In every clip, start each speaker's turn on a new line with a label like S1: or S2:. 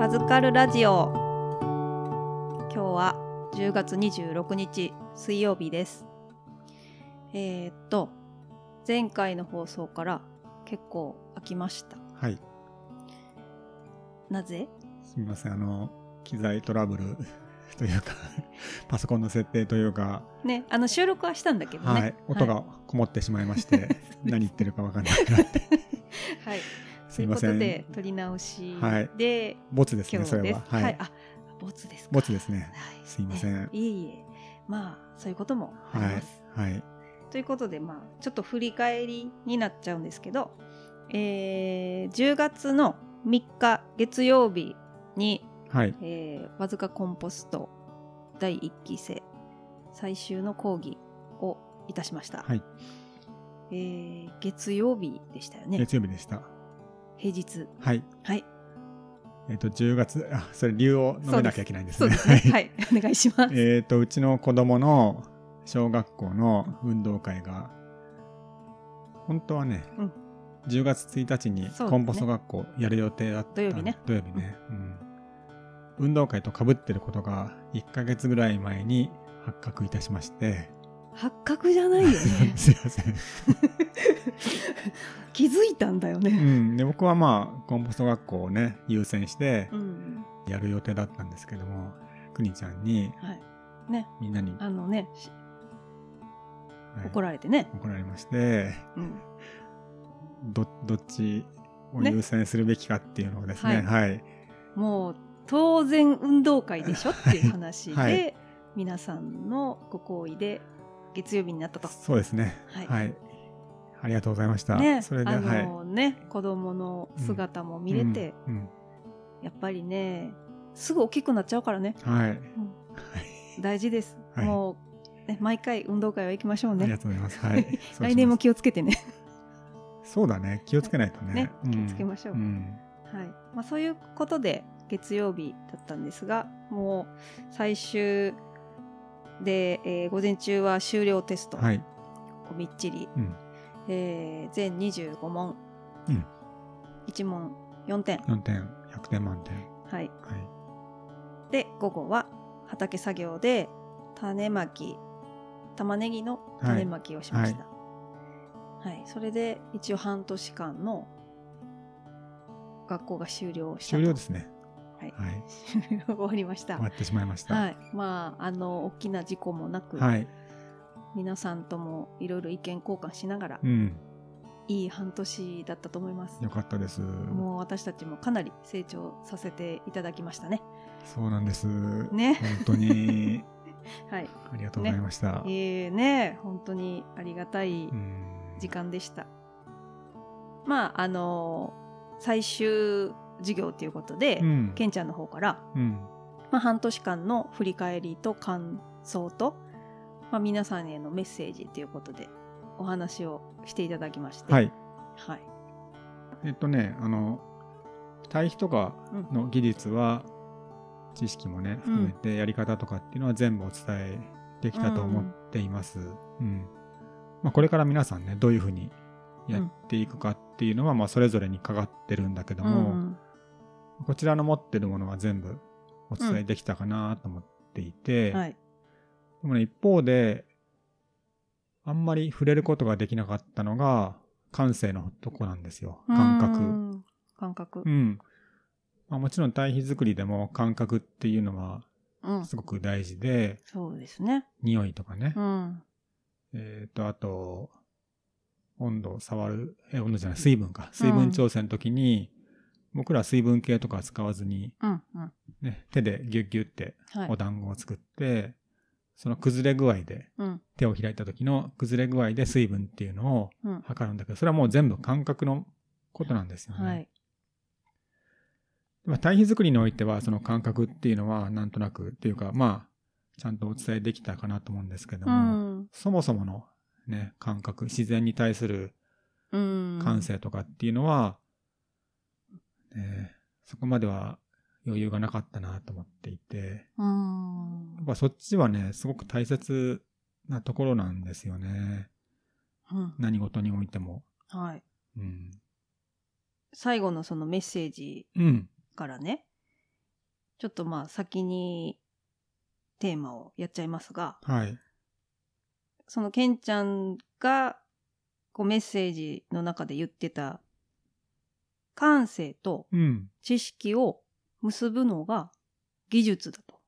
S1: 預かるラジオ今日は10月26日水曜日ですえー、っと前回の放送から結構空きました
S2: はい。
S1: なぜ
S2: すみません。あの、機材トラブル というか、パソコンの設定というか、
S1: ねあの収録はしたんだけどね
S2: はい、音がこもってしまい まして、何言ってるかわかんなくなって、
S1: はい
S2: す
S1: とい
S2: み
S1: う
S2: ま
S1: こ
S2: せ
S1: と
S2: ん
S1: で。撮り直し
S2: はい
S1: で、
S2: ボツです
S1: 今
S2: ね、
S1: 日
S2: それ
S1: です
S2: は。はい。
S1: はい、あボツですか
S2: ボツですね。
S1: はい
S2: すいません
S1: ねいえいえまあそういうこともあり
S2: は
S1: ま
S2: い
S1: す、。
S2: はい。
S1: ということで、まあ、ちょっと振り返りになっちゃうんですけど、えー10月の3日月曜日に、
S2: はい。
S1: えーわずかコンポスト第1期生最終の講義をいたしました、
S2: はい
S1: えー月曜日でしたよね
S2: 月曜日でした。
S1: 平日
S2: はい。
S1: はい
S2: えっ、と、10月、あ、それ理由を述べなきゃいけないんです
S1: そう
S2: ね。
S1: ですねはい お願いします、
S2: えっと、うちの子供の小学校の運動会が、本当はね、
S1: うん
S2: 10月1日に
S1: そうですね
S2: コンポスト学校やる予定だった。
S1: 土曜日ね。
S2: 土曜日ね。うん。運動会と被ってることが1ヶ月ぐらい前に発覚いたしまして。
S1: 発覚じゃないよ ね
S2: すいません。
S1: 気づいたんだよ
S2: う
S1: ね、
S2: ん。で、僕はまあ、コンポスト学校をね、優先して
S1: うん
S2: やる予定だったんですけども、くにちゃんに
S1: はい、
S2: みんなに、
S1: あのねし
S2: はい
S1: 怒られてね、
S2: 怒られまして、
S1: うん、
S2: どどっちを優先するべきかっていうのをですね
S1: ね
S2: はい、
S1: もう当然運動会でしょっていう話で、
S2: はいはい
S1: 皆さんのご好意で月曜日になったと。
S2: そうですね
S1: は
S2: はいい、ありがとうございました、
S1: ね、
S2: それで
S1: あ
S2: はい
S1: のね、子供の姿も見れて、
S2: うん
S1: やっぱりね、すぐ大きくなっちゃうからね、
S2: うんはい、はい
S1: 大事です。
S2: はい
S1: もう、ね、毎回運動会は行きましょう
S2: ありが
S1: ね。
S2: とうございます はいそうします
S1: 来年も気をつけてね。
S2: そうだね気をつけないとね
S1: ね
S2: ん
S1: 気をつけましょうんはいまあ、そういうことで月曜日だったんですが、もう最終で、えー午前中は終了テスト。
S2: はい
S1: こうみっちり、
S2: うん
S1: えー全25問、
S2: うん
S1: 1問4点、
S2: 4点100点満点
S1: はい、
S2: はい
S1: で午後は畑作業で種まき玉ねぎの種まきをしました、はいそれで一応半年間の学校が終了した
S2: 終
S1: と
S2: 了ですね
S1: はい
S2: はい
S1: 終 了終わりました
S2: 終わってしまいました
S1: はいまああの大きな事故もなく、
S2: はい
S1: 皆さんともいろいろ意見交換しながら、
S2: うん
S1: いい半年だったと思います
S2: よかったです
S1: もう私たちもかなり成長させていただきましたね。
S2: そうなんです本
S1: ね。
S2: 当 に
S1: はい。
S2: ありがとうございました、
S1: えー、ね、本当にありがたい
S2: うん
S1: 時間でした。まあ、あのー最終授業ということで、
S2: うん
S1: けんちゃんの方から、
S2: うん
S1: まあ、半年間の振り返りと感想と、まあ、皆さんへのメッセージということで、お話をしていただきまして。。
S2: はいい
S1: はい。
S2: えっとね、あの、対比とか
S1: うん。
S2: の技術は、知識もね、
S1: うん
S2: 含めてやり方とかっていうのは全部お伝えできたと思っています。うん。まあ、これから皆さんね、どういうふうにやっていくかっていうのは、まあ、それぞれにかかってるんだけど
S1: う
S2: も、
S1: ん
S2: こちらの持ってるものは全部お伝えできたかなと思っていて、
S1: はい。
S2: でもね、一方で、あんまり触れることができなかったのが、感性のとこなんですよ。感覚。
S1: うん。感覚
S2: う。ん。まあ、もちろん対比作りでも感覚っていうのは
S1: うん。
S2: すごく大事で、
S1: そうですね。
S2: 匂いとかね。
S1: うん。
S2: えっ、と、あと、温度を触る、え、温度じゃない、水分か。水分調整の時に、僕ら水分計とか使わずに、
S1: うん。うん。
S2: ね、手でギュッギュッって
S1: はい
S2: お。団子を作って、その崩れ具合で、
S1: うん。
S2: 手を開いた時の崩れ具合で水分っていうのを
S1: うん。
S2: 測るんだけど、それはもう全部感覚のことなんですよね。
S1: はい。
S2: まあ、対比作りにおいては、その感覚っていうのは、なんとなくっていうか、まあ、ちゃんとお伝えできたかなと思うんですけど
S1: う
S2: も、
S1: ん。
S2: そもそものね、感覚、自然に対する
S1: うん。
S2: 感。性とかっていうのは、ね、そこまでは余裕がなかったなと思っていて、
S1: うん。
S2: やっぱそっちはね、すごく大切なところなんですよね。
S1: うん。
S2: 何事においても。
S1: はい。
S2: うん。
S1: 最後のそのメッセージ
S2: うん。
S1: からね、ちょっとまあ先にテーマをやっちゃいますが、
S2: はい。
S1: そのケンちゃんがこうメッセージの中で言ってた感性と
S2: うん。
S1: 知識を結ぶのが技術だと。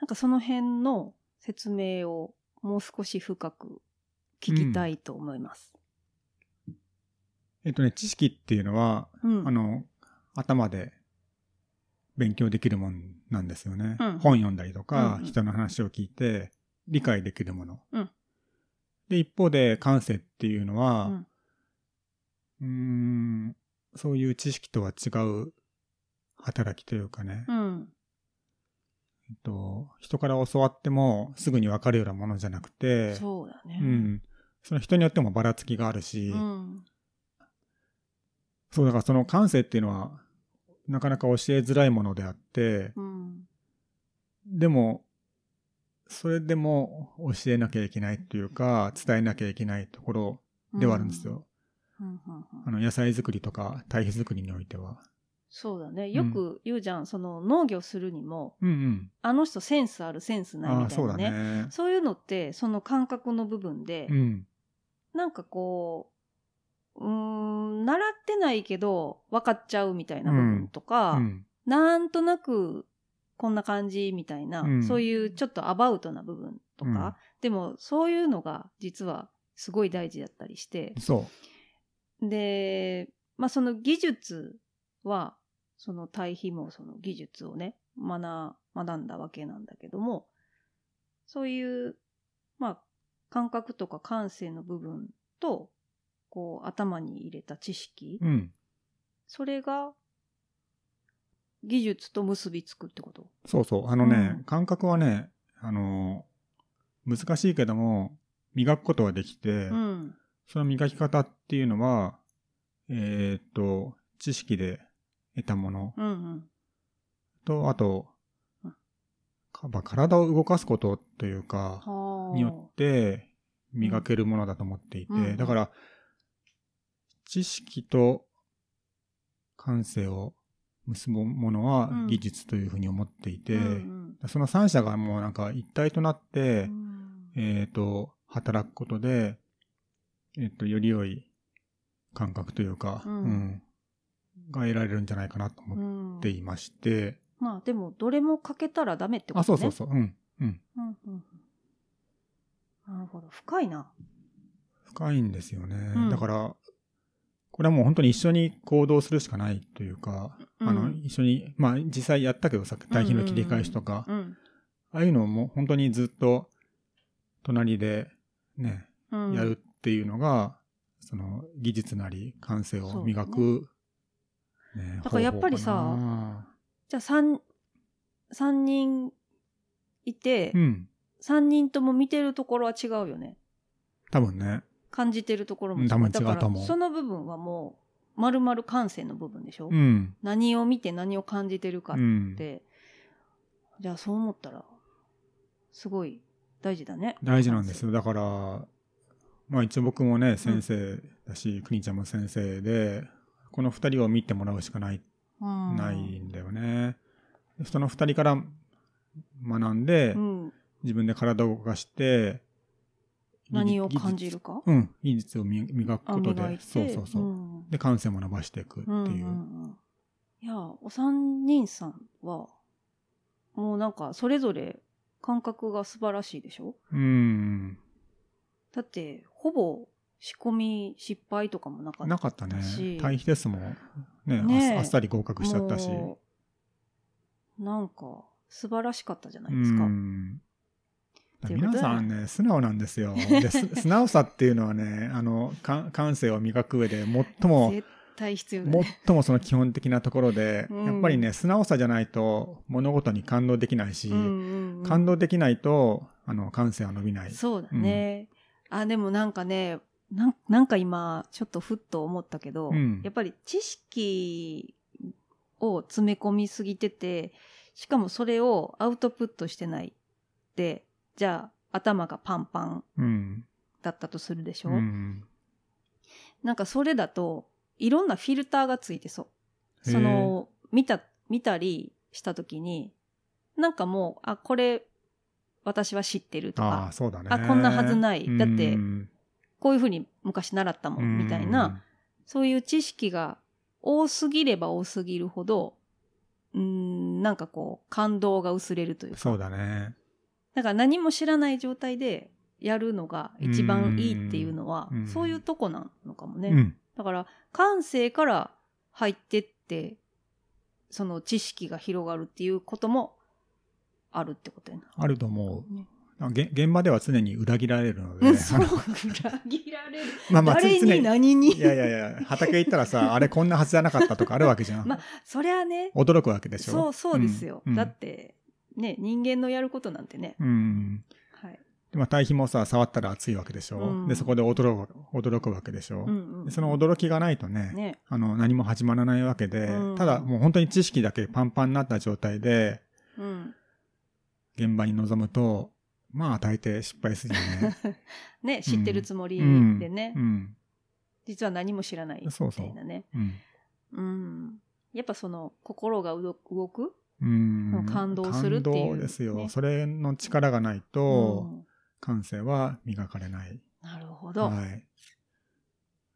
S1: なんかその辺の説明をもう少し深く聞きたいと思います。
S2: えっとね、知識っていうのは、
S1: うん。
S2: あの、頭で勉強できるもんなんですよね。
S1: うん
S2: 本読んだりとか、
S1: うんうん
S2: 人の話を聞いて理解できるもの。
S1: うん
S2: で、一方で感性っていうのは、
S1: うん
S2: うーんそういう知識とは違う働きというかね、
S1: うん。
S2: えっと、人から教わってもすぐにわかるようなものじゃなくて、
S1: そうだね。
S2: うん、その人によってもばらつきがあるし、
S1: うん。
S2: そうだからその感性っていうのはなかなか教えづらいものであって、
S1: うん。
S2: でも、それでも教えなきゃいけないっていうか、伝えなきゃいけないところではあるんですよ。
S1: うん。うんうんうん
S2: あの、野菜作りとか、堆肥作りにおいては。
S1: そうだね。よく言うじゃん、その農業するにも、
S2: うん
S1: あの人センスあるセンス
S2: うん。
S1: ない
S2: ああ
S1: み
S2: ー、
S1: たい
S2: そう
S1: な
S2: だ
S1: ね。
S2: ね。
S1: そういうのって、その感覚の部分で、
S2: うん。
S1: なんかこう、うーん、習ってないけど、分かっちゃうみたいな部分とか、
S2: うん。
S1: なんとなく、こんな感じみたいな、
S2: うん
S1: そういうちょっとアバウトな部分とか、でもそういうのが実はすごい大事だったりして、
S2: そ
S1: で、まあ、その技術は、その対比もその技術をね、学、学んだわけなんだけども、そういう、まあ、感覚とか感性の部分と、こう、頭に入れた知識、
S2: う。うん。
S1: それが、技術と結びつくってこと
S2: そうそう。あのね、
S1: うん
S2: 感覚はね、あのー難しいけども、磨くことはできて、
S1: うん。
S2: その磨き方っていうのは、えーっと、知識で得たもの
S1: うんうん。
S2: と、あと
S1: うん、
S2: かまあ体を動かすことというか、
S1: はあ。
S2: によって磨けるものだと思っていて、
S1: うん
S2: だから、知識と感性を結ぶものは
S1: うん
S2: 技術というふうに思っていて、
S1: うんうん
S2: その三者がもうなんか一体となって、
S1: うん
S2: えっ、と、働くことで、えっ、と、より良い感覚というか、
S1: うん
S2: うんが得られるんじゃないかなと思
S1: うん
S2: っていまして、
S1: まあでも、どれも欠けたらダメってことね。
S2: あ、そうそうそう、うん、うん。
S1: うんうんうんなるほど。深いな。
S2: 深いんですよね。
S1: うん
S2: だから、これはもう本当に一緒に行動するしかないというか、
S1: うん
S2: あの、一緒に、まあ実際やったけどさ、対比の切り返しとか、
S1: うん。
S2: ああいうのも本当にずっと隣でね、
S1: うん、
S2: やるっていうのが、その技術なり感性を磨く、ね
S1: だからやっぱりさ
S2: 方法かな
S1: じゃあ三、三人いて
S2: う、ん、
S1: 三、人とも見てるところは違うよね。
S2: 多分ね、
S1: 感じてるところも
S2: うん多分違う
S1: だから
S2: と思う
S1: その部分はもう、まるまる感性の部分でしょ、
S2: うん、
S1: 何を見て何を感じてるか
S2: う
S1: っ
S2: ん、
S1: て、じゃあそう思ったら、すごい大事だね。
S2: 大事なんですよ。だから、まあ一応僕もね、先生だし、くにちゃんも先生で、この二人を見てもらうしかない、
S1: うん。
S2: ないんだよね。その二人から学んで、
S1: うん。
S2: 自分で体を動かして、
S1: 何を
S2: 技術
S1: 感じるか
S2: うん、技術を磨磨く
S1: あ
S2: こと
S1: 磨い
S2: で、
S1: て
S2: そうそうそう。
S1: うん
S2: で、感性も伸ばしていくっていう。
S1: んんうん、いやお三人さんはもうなんかそれぞれ感覚が素晴らしいでしょ
S2: うん。
S1: だってほぼ仕込み失敗とかもなかった
S2: なかったね
S1: し。
S2: 対比テストもね
S1: ねえ
S2: あっ、あっさり合格しちゃったし。
S1: もうなんか素晴らしかったじゃな
S2: う
S1: いですか。
S2: ん。だ
S1: と
S2: か
S1: い
S2: ら
S1: うことで
S2: 皆さんね、素直なんですよ。です 素直さっていうのはね、あの、か感性を磨く上で最 も、
S1: 絶対必要だ
S2: 最
S1: ね。
S2: もその基本的なところで、
S1: うん
S2: やっぱりね、素直さじゃないと物事に感動できないし、感
S1: 動
S2: 動できないと、あの、感性は伸びない。
S1: そうだね。あでもなんかねなんなんか今ちょっとふっと思ったけど、
S2: うん
S1: やっぱり知識を詰め込みすぎててしかもそれをアウトプットしてないってじゃあ頭がパンパン
S2: うん。
S1: だったとするでし
S2: う
S1: ょ、
S2: ん。
S1: なんかそれだといろんなフィルターがついてそう
S2: へー
S1: その見た見たりした時に、なんかもう、あ、これ、私は知ってると
S2: あ
S1: か
S2: あ、、そうだね。
S1: あこんなはずないだって
S2: うん
S1: こういうふうに昔習ったもん、みたいな、。そういう知識が多すぎれば多すぎるほど、うーん、なんかこう、感動が薄れるという
S2: うん
S1: か、
S2: そうだね。
S1: だから何も知らない状態でやるのが一番いいっていうのは
S2: うんうん、
S1: そういうとこなのかもね。
S2: うん。
S1: だから、感性から入ってって、その知識が広がるっていうこともあるってことやな。
S2: あると思
S1: ね
S2: う。げ現場では常に裏切られるの
S1: う
S2: で。
S1: ん、 そう、
S2: あの
S1: 裏切られる。
S2: まあまあ、つ
S1: 誰
S2: 常
S1: に
S2: に。
S1: 何に。
S2: いやいやいや、畑行ったらさ、あれこんなはずじゃなかったとかあるわけじゃん。
S1: まあ、そりゃね、
S2: 驚くわけでしょ。
S1: そうそうですよ。
S2: うん
S1: だって、ね、人間のやることなんてね。
S2: うん。
S1: はい。
S2: で、まあ、堆肥もさ、触ったら熱いわけでしょ。
S1: うん
S2: で、そこで驚く驚くわけでしょ。
S1: うんう
S2: で
S1: ん。
S2: その驚きがないとね、
S1: ね。
S2: あの、何も始まらないわけで、
S1: うん
S2: ただもう本当に知識だけパンパンになった状態で、
S1: うん。
S2: 現場に臨むと、まあ、大抵失敗するよ ね。
S1: ね、知ってるつもり
S2: うん
S1: でね、
S2: うん。
S1: 実は何も知らないみた
S2: そうそう
S1: いなね。
S2: うん。
S1: うん。やっぱその、心がうど動く
S2: うん。
S1: 感動するっていう
S2: 感動ですよ。
S1: ね
S2: それの力がないと、
S1: うん
S2: 感性は磨かれない。
S1: なるほど。
S2: はい。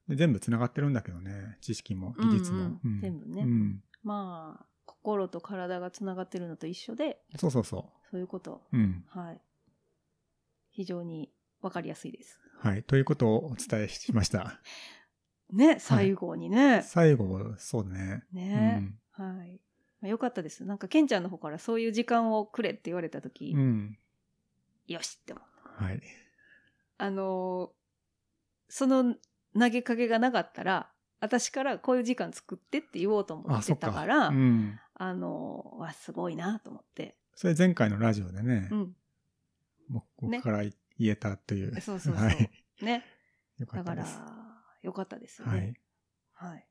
S2: で全部つながってるんだけどね。知識も技術も。
S1: うんうん
S2: うん
S1: 全部ね
S2: うん。
S1: まあ、心と体がつながってるのと一緒で、
S2: そうそうそ
S1: そういうこと。
S2: う。うん。
S1: はい。非常にわかりやすいです。
S2: はい。ということをお伝えしま した。
S1: ね、最後にね。
S2: 最後、そうだね。
S1: ね、はい。まあ、よかったです。なんか、ケンちゃんの方からそういう時間をくれって言われたとき、
S2: うん。うん。
S1: よしって思う。
S2: はい。
S1: あのーその投げかけがなかったら、私からこういう時間作ってって言おうと思
S2: あ、
S1: っ
S2: そ
S1: て
S2: っか。
S1: たから、あ,、
S2: うん。
S1: のーわ、すごいなと思って。
S2: それ前回のラジオでね、
S1: うん。
S2: 僕
S1: ね
S2: 僕から言えたという。
S1: そうそうそう。
S2: はい。
S1: ね。
S2: よか
S1: だ
S2: った
S1: か
S2: で
S1: ら
S2: す。、
S1: よかったですよ
S2: は
S1: ね
S2: い。。
S1: はい。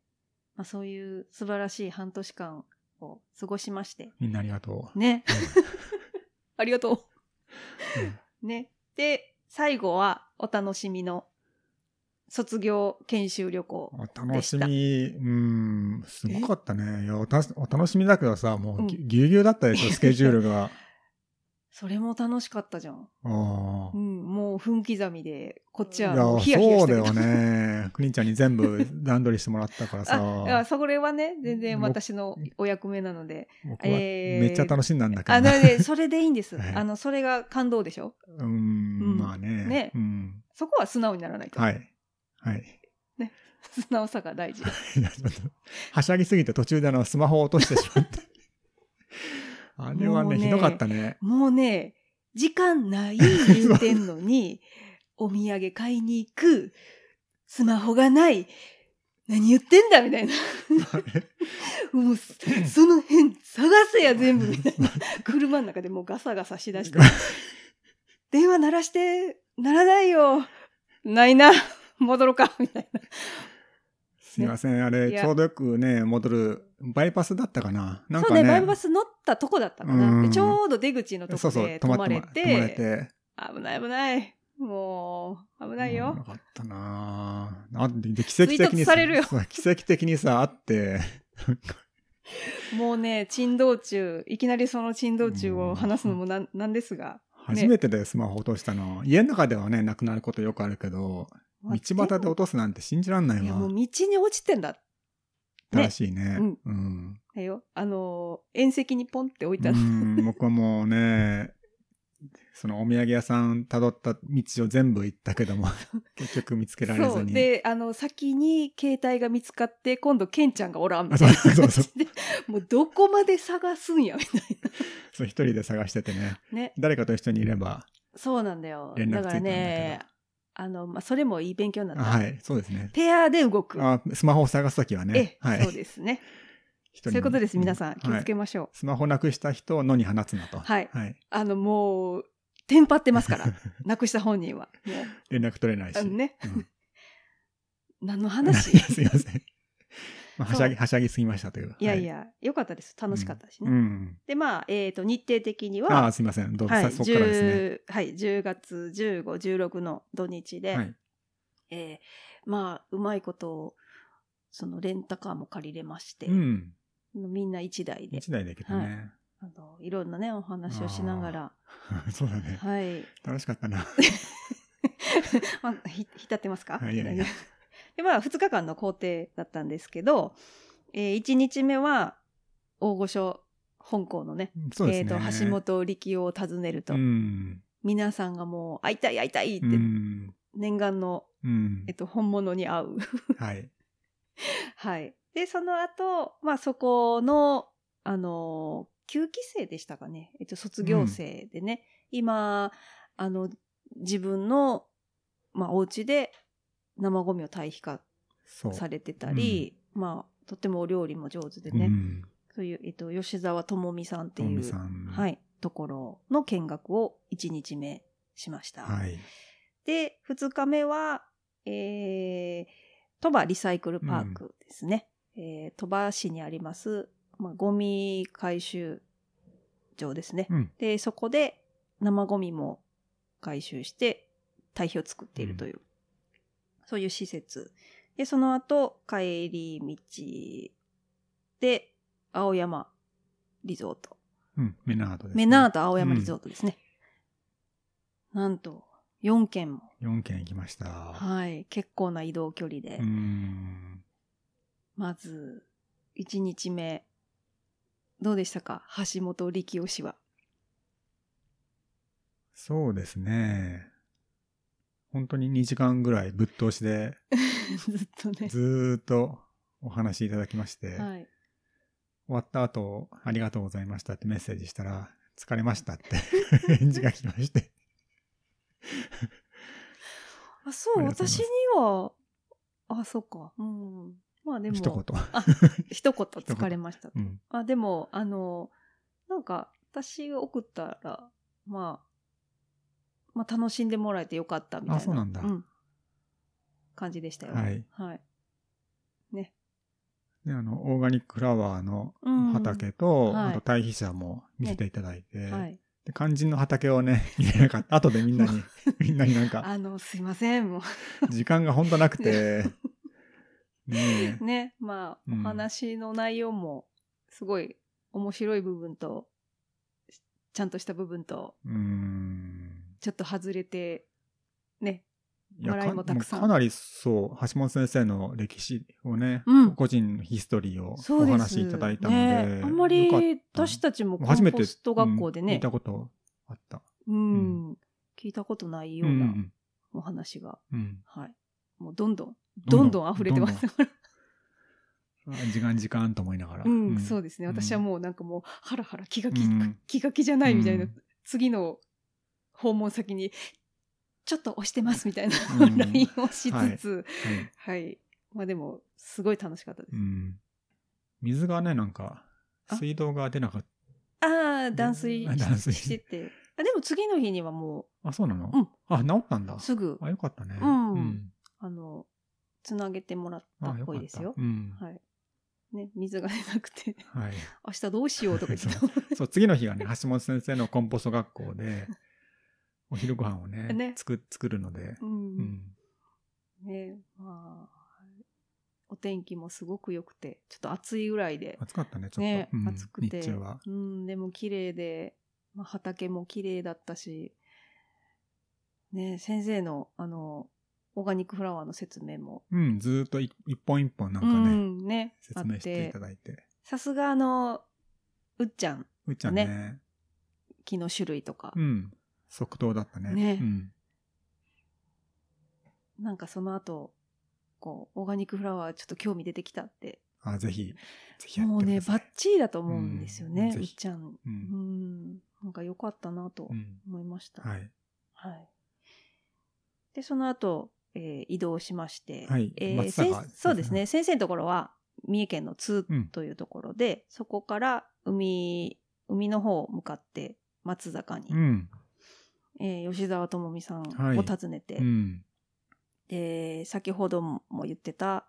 S1: まあ、そういう素晴らしい半年間を過ごしまして。
S2: みんなありがとう。
S1: ね。
S2: う
S1: ありがと
S2: ん
S1: う。ね。で、最後はお楽しみの卒業研修旅行。
S2: お楽しみ、うん、すごかったね。いやおた、お楽しみだけどさ、も
S1: う
S2: うんぎぎゅうぎゅうだったでしょ、スケジュー ルが。
S1: それも楽しかったじゃん。
S2: あ
S1: う
S2: あ。
S1: ん、もう分刻みで、こっ
S2: い
S1: ちは
S2: や、
S1: もうヒヤヒヤ
S2: そ
S1: し
S2: う
S1: た
S2: だ
S1: けど。
S2: よね。クリンちゃんに全部段取りしてもらったか
S1: あ、
S2: ら
S1: い
S2: さ
S1: や、、それはね、全然
S2: 僕
S1: 私のお役目なので。
S2: 僕は
S1: えー
S2: めっちゃ楽しんだんだけ
S1: あ、
S2: ど
S1: なの
S2: ね。
S1: で、それでいいん です。
S2: はい
S1: あの、それが感動でしょ
S2: う
S1: うん
S2: ん、まあね。
S1: ね
S2: うん。
S1: そこは素直にならないと。
S2: はい。はい。
S1: 素直さが大事。
S2: いやちょっとはしゃぎすぎて途中であの、スマホを落としてしまって。 あれは
S1: もう
S2: ね、
S1: ね
S2: ひどかったね。
S1: もうね、時間ない言うてんのに、お土産買いに行く、スマホがない、何言ってんだみたいな。もう、その辺探せや全部みたいな。車の中でもうガサガサしだ して、電話鳴らして、鳴らないよ。ないな。戻ろうか。みたいな。
S2: すいません、あれ、
S1: いや
S2: ちょうどよくね、戻る、バイパスだったかな。なん
S1: そ
S2: か
S1: うね、
S2: ね、
S1: バイパス乗ったとこだったかな。
S2: うん
S1: でちょうど出口のと
S2: そ
S1: こ
S2: うそう、
S1: で
S2: 止
S1: 止
S2: ま
S1: ま
S2: って
S1: れ
S2: 止まれ
S1: て、
S2: て。
S1: 危ない危ない。もう、危ないよ。
S2: うんなかったなぁあでで奇跡的
S1: 追
S2: に
S1: 突されるよ
S2: そう奇跡的にさ、あって、
S1: もうね、珍道中、いきなりその珍道中を話すのもなんなんですが。
S2: 初めてだよ、スマホ落としたの。家の中ではね、なくなることよくあるけど、道端で落とすなんて信じらんない
S1: いや、も
S2: わ
S1: う。道に落ちてんだっね
S2: 正しいね。
S1: うん
S2: うん。
S1: てよ。あのー、縁石にポンって置いうた。
S2: ん、僕はもうね、そのお土産屋さん辿った道を全部行ったけど も、結局見つけられ
S1: そ
S2: ず
S1: う。
S2: に。
S1: で、あの、先に携帯が見つかって、今度、ケンちゃんがおらんみ
S2: あ
S1: た
S2: そ
S1: いうな
S2: そうそう
S1: 感じで、もうどこまで探すんや、みたい
S2: そう、一人で探しててね。
S1: な。ね。
S2: 誰かと一緒にいれば。
S1: そうなんだよ。
S2: 連絡つい
S1: だ
S2: たん
S1: か
S2: だけ
S1: ら
S2: ど
S1: ね、あの、まあ、それもいい勉強にな
S2: あ
S1: った。
S2: はい、そうですね。
S1: ペアで動く。
S2: あスマホを探すときは
S1: え
S2: ね
S1: え。、
S2: はい。
S1: そうですね。
S2: 一人
S1: そう
S2: に
S1: いうことです、皆さん。気をつけ
S2: はい
S1: ましょう。
S2: スマホなくした人を野に放つなと。
S1: はいあの、もう、テンパってます から。なくした本人は。もう、
S2: 連絡取れないし。
S1: あ のね、
S2: うん
S1: 何の
S2: い
S1: 話
S2: やすいません。まあ、はしゃぎ、はしゃぎすぎましたという。
S1: いやいや、良かったです。
S2: はい、
S1: 楽しかったしね。
S2: うん。
S1: で、まあ、えっ、と、日程的に
S2: うんあ
S1: は、
S2: あ、すいません。どうぞ、
S1: はい、
S2: さそっからですね。
S1: 10はい、10月15、16の土日で、
S2: はい。
S1: えーまあ、うまいことを、そのレンタカーも借りれまして、
S2: うん。
S1: みんな一台で、
S2: 一台でいけたね。
S1: あの、いろんなね、お話をしながら、
S2: そうだね。
S1: はい。
S2: 楽しかったな。
S1: まあ、ひ、浸ってますか
S2: いやいやいや
S1: で、まあ、2日間の工程だったんですけど、えー、1日目は、大御所、香港のね、
S2: そうで
S1: え
S2: す
S1: っ、
S2: ね。
S1: と、橋本力夫を訪ねると、
S2: うん。
S1: 皆さんがもう、会いたい会いたいって、
S2: うん。
S1: 念願の、
S2: うん
S1: えっ、と、本物に会う。
S2: はい。
S1: はい。で、その後、まあ、そこの、あのー、9期生でしたかね。えっと、卒業生でね、今、あの、自分の、まあ、お家で生ゴミを堆肥化
S2: そう。
S1: されてたり、まあ、とってもお料理も上手でね、
S2: うん。
S1: そういう、えっと、吉沢智美さんって
S2: ト
S1: い
S2: ミ
S1: う、
S2: さん。。
S1: はいい、ところの見学を1日目しました。
S2: はい。
S1: で、2日目は、えー、鳥羽リサイクルパークですね。えー鳥羽市にあります、まあ、ゴミ回収場ですね。
S2: うん
S1: で、そこで生ゴミも回収して、堆肥を作っているという、そういう施設。で、その後、帰り道で、青山リゾート。
S2: うん。メナードです、
S1: メナート青山リゾートですね。なんと、4軒も
S2: 4軒行きました。
S1: はい。結構な移動距離で。
S2: うん。
S1: まず、1日目、どうでしたか橋本力夫氏は。
S2: そうですね。本当に2時間ぐらいぶっ通 しで、
S1: ずっとね。
S2: ずーっとお話しいただきまして、終
S1: はい。
S2: わった後、ありがとうございましたってメッセージしたら、疲れましたって 返事が来まして。
S1: あ、そ
S2: あ
S1: う、
S2: りがとうございます
S1: 私には、あ、そっか。うん。まあでも、
S2: 一言。
S1: あ、一言疲れました。
S2: うん。
S1: あ、でも、あの、なんか、私が送ったら、まあ、まあ楽しんでもらえてよかったみたいな。
S2: あそうなんだ
S1: 感じでしたよ。
S2: はい。
S1: はい。
S2: で、あの、オーガニックフラワーの
S1: うん
S2: 畑と、
S1: はい
S2: あと堆肥車も見せていただいて、
S1: はい。
S2: で肝心の畑をね、 見れなかった。後でみん なに、みんなになんか、
S1: あの、すいません、もう。
S2: 時間が本当なくて、 ねえ
S1: ね、まあ、
S2: うん
S1: お話の内容も、すごい面白い部分と、ちゃんとした部分と、
S2: うーん。
S1: ちょっと外れて、ね。
S2: いや
S1: 笑いも
S2: か
S1: たくさん
S2: うかなりそう、橋本先生の歴史をね、
S1: うん
S2: 個人のヒストリーをお話しいただいたので、
S1: ね、あんま
S2: よかっ
S1: り、私たちもコ
S2: 初
S1: ン
S2: めて
S1: ポスト学校で
S2: うん聞
S1: ね
S2: い、たことあった。
S1: うん、
S2: う
S1: 聞いたことない
S2: う
S1: よ
S2: んう
S1: うなんお話が、
S2: うん。
S1: はい。もうどんどん、どんどん溢れてます
S2: どんどんあ時間時間と思いながら。
S1: うん、そうですね。
S2: うん
S1: 私はもうなんかもう、ハラハラ気が気、
S2: うん
S1: 気が気じゃないみたいな、
S2: うん
S1: 次の訪問先に、ちょっと押してますみたいな
S2: う ん
S1: LINE、をしつつ、
S2: はい
S1: はい、まあでも、すごい楽しかったです。
S2: うん。水がね、なんか、
S1: あ
S2: 水道が出なかっ
S1: ああ、断水
S2: うん断水
S1: してて。あでも次の日にはも
S2: た。あ、そうなの、
S1: うん
S2: あ、治ったんだ
S1: う、。すぐ、
S2: あ、よかったね。
S1: うんあの、つなげてもらった
S2: あ、
S1: っ
S2: よか
S1: ぽい
S2: った。
S1: ですよ。
S2: うん。
S1: はい。ね、水が出なくて、
S2: はい。
S1: 明日どうしようとか言ってた。
S2: そう、次の日がね、橋本先生のコンポスト学校で、お昼ご飯をね、
S1: ね
S2: 作作るので、
S1: う。
S2: うんん。
S1: ね、まあ、お天気もすごく良くて、ちょっと暑いぐらいで、
S2: 暑かったね、ちょっと。
S1: ね
S2: う、ん、
S1: 暑くて、
S2: 日中は。
S1: うん、でも綺麗で、まあ、畑も綺麗だったし、ね、先生の、あの、オーガニックフラワーの説明も、
S2: うん、ずーっとい一本一本なんか
S1: う
S2: ね、
S1: ん、ね、あ
S2: 説
S1: っ
S2: 明してい
S1: て
S2: た、だいて。
S1: さすがあの、うっちゃん、
S2: うっちゃんね
S1: 木の種類とか、
S2: うん、即答だったね。
S1: ね
S2: うん。
S1: なんかその後、こう、オーガニックフラワーちょっと興味出てきたって、
S2: あ、ぜひ、ぜひや
S1: も
S2: っ
S1: う
S2: てく
S1: ね、
S2: ださ
S1: バッ
S2: い。
S1: チリだと思うんですよね、
S2: うん
S1: うっちゃん。
S2: う。
S1: うんん、なんか良かったなと
S2: うん。
S1: 思いました。
S2: はい。
S1: はい。で、その後、えー移動しまして、
S2: はい
S1: えー
S2: 松坂
S1: せんそうですね、先生のところは、三重県の津
S2: うん
S1: というところで、そこから海、海の方を向かって、松坂に、
S2: うん。
S1: えー吉沢智美さん
S2: はい
S1: を訪ねて、
S2: うん。
S1: で、先ほども言ってた、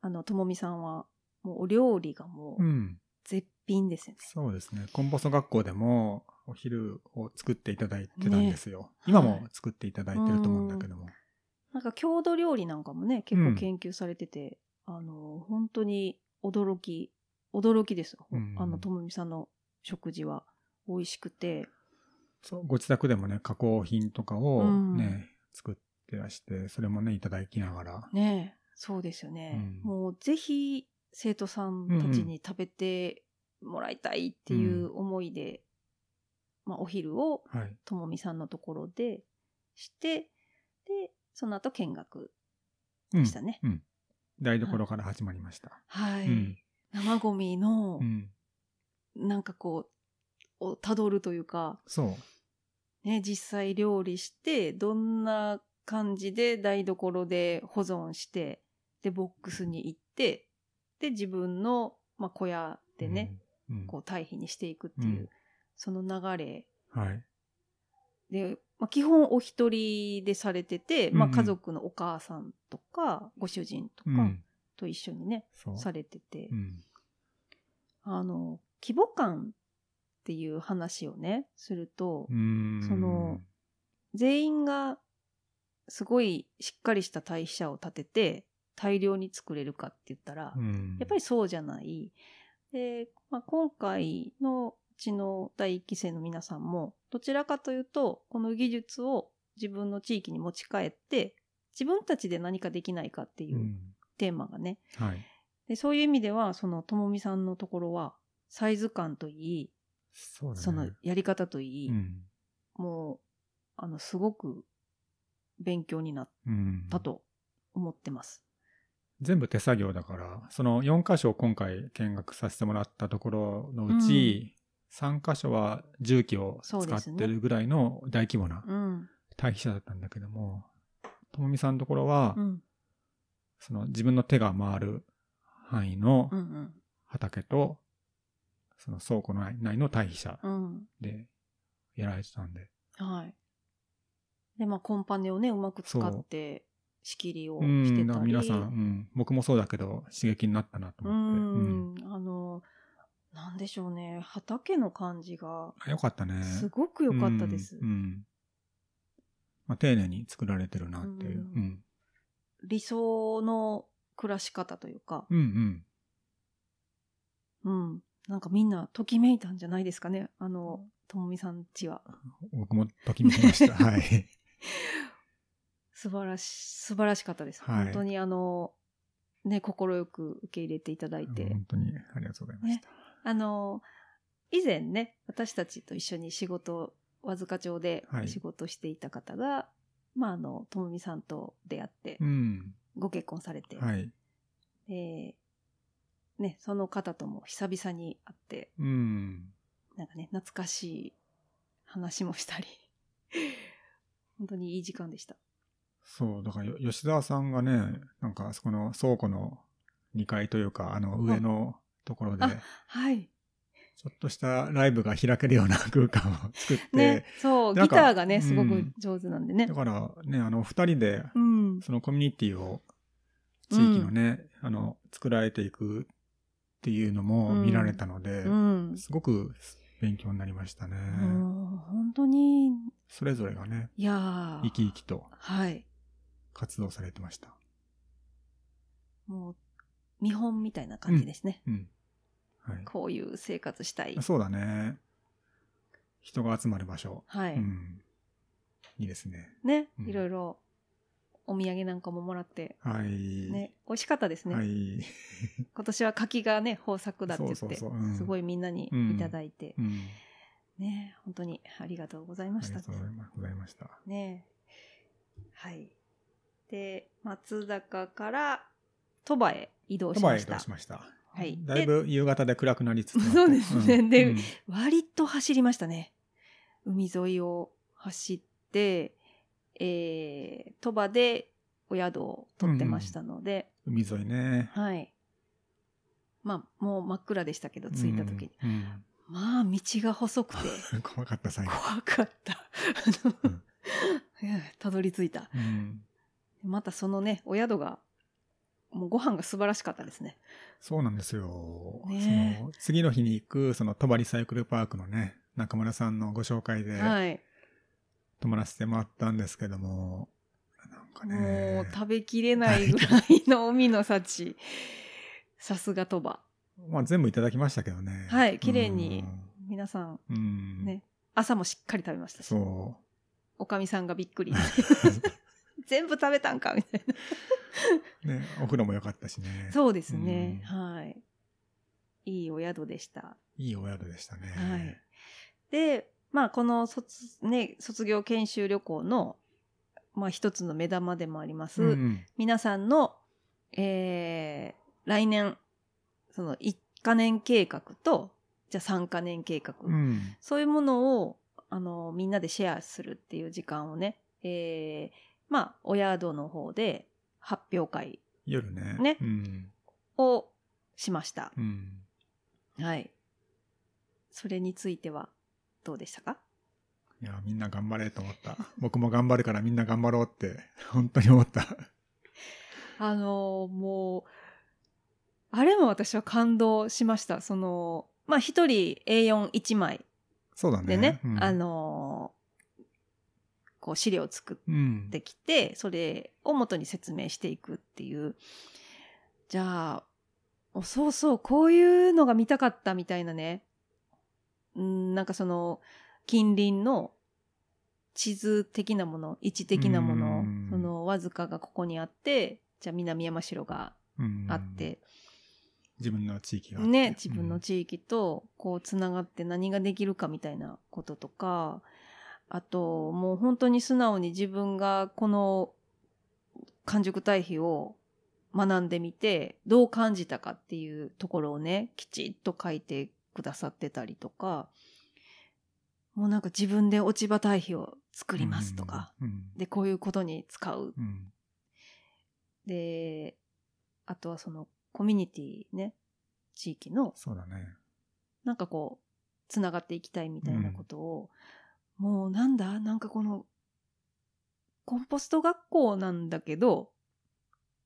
S1: あの、智美さんは、もうお料理がも
S2: う。
S1: うん絶品ですよね。
S2: そうですね。コンポスト学校でも、お昼を作っていただいてたんですよ。今も作っていただいてると思うんだけども。
S1: なんか郷土料理なんかもね、結構研究されてて、あの、本当に驚き驚きですよ、
S2: うん
S1: あのともみさんの食事は美味しくて
S2: そうご自宅でもね、加工品とか
S1: う
S2: を
S1: ん
S2: ね、作ってらして、それもね、いただきながら。
S1: ねえそうですよね、
S2: うん
S1: もうぜひ生徒さんたちに食べてもらいたいっていう思いで、まあ、お昼を
S2: はい。
S1: ともみさんのところでしてでその後見学
S2: うん
S1: でしたね、
S2: うん。台所から始まりました。
S1: はい、
S2: うん
S1: 生ゴミの
S2: うん。
S1: なんかこうをたどるというか、
S2: そう。
S1: ね、実際料理してどんな感じで台所で保存してでボックスに行ってで自分の、まあ、小屋でね、
S2: うん。うん
S1: こう堆肥にしていくっていう、
S2: うん
S1: その流れ
S2: はい。
S1: で、まあ、基本お一人でされてて、まあ、
S2: うんうん
S1: 家族のお母さんとかご主人と
S2: う
S1: か
S2: ん。
S1: と一緒にね、
S2: そう。
S1: されてて、
S2: うん。
S1: あの規模感っていう話をねすると、
S2: うん。
S1: その、全員がすごいしっかりした代謝を立てて大量に作れるかって言ったら、
S2: うん。
S1: やっぱ
S2: り、。
S1: りそうじゃない。で、まあ、今回のうちの第一期生の皆さんもどちらかというとこの技術を自分の地域に持ち帰って自分たちで何かできないかっていうううんテーマがね、
S2: はい。
S1: でそういう意味ではそのともみさんのところはサイズ感といい
S2: そうだね。
S1: そのやり方といい、
S2: うん。
S1: もう、あの、すごく勉強になっ
S2: うん。
S1: たと思ってます。
S2: 全部手作業だから、その4箇所を今回見学させてもらったところのうち、3箇所は重機を使
S1: そうです
S2: っ
S1: ね
S2: てるぐらいの大規模な
S1: うん。
S2: 対比者だったんだけども、ともみさんのところは、
S1: うん。
S2: その自分の手が回る範囲の
S1: うん。
S2: 畑と、その倉庫の内の対比者
S1: うん。
S2: でやられてたんで、
S1: はい。で、まあ、コンパネをね、うまく使
S2: そ
S1: って、仕切りを
S2: う
S1: し
S2: ん、
S1: て
S2: だか
S1: た
S2: ら
S1: り。
S2: 皆さん、うん、僕もそうだけど刺激になったなと
S1: う
S2: 思って、うん
S1: ん。あの、なんでしょうね。畑の感じが、
S2: あよかったね。
S1: すごく良かったです
S2: うん。うんまあ、丁寧に作られてるなっていう。
S1: う
S2: うん。
S1: 理想の暮らし方というか、
S2: うんうん。
S1: うん。なんかみんな、ときめいたんじゃないですかね。あの、ともみさんちは。
S2: 僕もときめきま した。はい。
S1: 素晴らし、素晴らしかったです。
S2: はい
S1: 本当にあの、ね、快く受け入れていただいて。
S2: 本当にありがとうございました。
S1: あの、以前ね、私たちと一緒に仕事を、和塚町で
S2: はい
S1: 仕事していた方が、まああの、ともみさんと出会って
S2: う、ん。
S1: ご結婚されて、
S2: はい。
S1: でね、その方とも久々に会って、
S2: うん。
S1: なんかね、懐かしい話もしたり、 本当にいい時間でした。
S2: そう、だからよ吉沢さんがね、なんかあそこの倉庫の2階というか、あの上のところで、
S1: あ
S2: ち
S1: はい。
S2: ょっとしたライブが開けるような空間を作って、
S1: ね、そう、
S2: なん
S1: ギ
S2: か
S1: ターがね、すごく上手なんでね
S2: だ。からね、あの2人で、
S1: うん。
S2: そのコミュニティを、地域のね、あの、作られていくっていうのも見られたので、
S1: うん。
S2: すごく勉強になりましたね。
S1: もう本当に、
S2: それぞれがね、
S1: いやー
S2: 生き生きと
S1: はい。
S2: 活動されてました。
S1: もう、見本みたいな感じですね。
S2: うん。はい。
S1: こういう生活したい。
S2: そうだね。人が集まる場所。
S1: はい。
S2: うん。いいですね。
S1: ね
S2: う、ん
S1: いろいろ、お土産なんかももらって、
S2: はい。
S1: ね、美味しかったですね。
S2: はい。
S1: 今年は柿がね、豊作だって言って、
S2: そうそうそううん
S1: すごいみんなにいただいて、
S2: うん。
S1: ね、本当にありがとうござい
S2: あ
S1: ま
S2: り
S1: した
S2: が。とうございました。
S1: ねはい。で、松坂から鳥羽へ移動
S2: と
S1: し
S2: ば
S1: ま
S2: へ移
S1: した。
S2: 動しました。
S1: はい
S2: だいぶ夕方で暗くなりつつあって。
S1: そうですね
S2: ん
S1: で
S2: うん
S1: 割と走りましたね。海沿いを走って、えー、鳥羽でお宿を取ってましたので、
S2: 海沿いね。
S1: はい。まあ、もう真っ暗でしたけど、着いた時に。
S2: うん。
S1: まあ、道が細くて、
S2: うん怖かった最後。
S1: 怖かった。あの、 いやたどり着いた。
S2: うん。
S1: またそのね、お宿が、もうご飯が素晴らしかったですね。
S2: そうなんですよ。
S1: ねえ
S2: その次の日に行く、その鳥羽リサイクルパークのね、中村さんのご紹介で、
S1: はい。
S2: 泊まらせてもらったんですけども、なんか
S1: も
S2: ね
S1: う、食べきれないぐらいの海の幸。さすが鳥羽。
S2: まあ、全部いただきましたけどね。
S1: はい綺麗に皆さん、
S2: うん。うん。
S1: ね朝もしっかり食べましたし、
S2: そ。
S1: おかみさんがびっくり。全部食べたんかみたいう
S2: ね、お風呂も良かったしね
S1: な。。そうですね。
S2: う
S1: はい。いいお宿でした。
S2: いいお宿でしたね。
S1: はい。で、まあ、この卒,、ね、卒業研修旅行の、まあ、一つの目玉でもあります、
S2: うんうん。
S1: 皆さんの、えー来年、その1か年計画と、じゃあ3か年計画、
S2: うん。
S1: そういうものを、あの、みんなでシェアするっていう時間をね、えーまあ、お宿の方で発表会
S2: 夜ね。
S1: ね
S2: うん。
S1: をしました。
S2: うん。
S1: はい。それについては、どうでしたか
S2: いや、みんな頑張れと思った。僕も頑張るからみんな頑張ろうって、本当に思った。
S1: あのーもう、あれも私は感動しました。その、まあ、一人 A41 枚
S2: そうだね。
S1: でね、
S2: うん、
S1: あ、のーこう資料を作
S2: うん
S1: っ。てきて、それを元に説明していくっていう。じゃあ、おそうそう、こういうのが見たかったみたいなね。うん、なんかその、近隣の地図的なもの、位置的なも
S2: う
S1: の
S2: ん、
S1: その、わずかがここにあって、じゃあ南山城が
S2: うん
S1: あって、
S2: 自分の地域があって
S1: ね、自分の地域とこうつながって何ができるかみたいなこととか、あともう本当に素直に自分がこの完熟対比を学んでみて、どう感じたかっていうところをね、きちっと書いてくださってたりとか、もうなんか自分で落ち葉対比を作
S2: 作
S1: りますとか、。
S2: うん。
S1: で、こういうことに使う
S2: うん。
S1: で、あとはそのコミュニティね、地域の
S2: そうだね。
S1: なんかこう、つながっていきたいみたいなことを、もうなんだなんかこの、コンポスト学校なんだけど、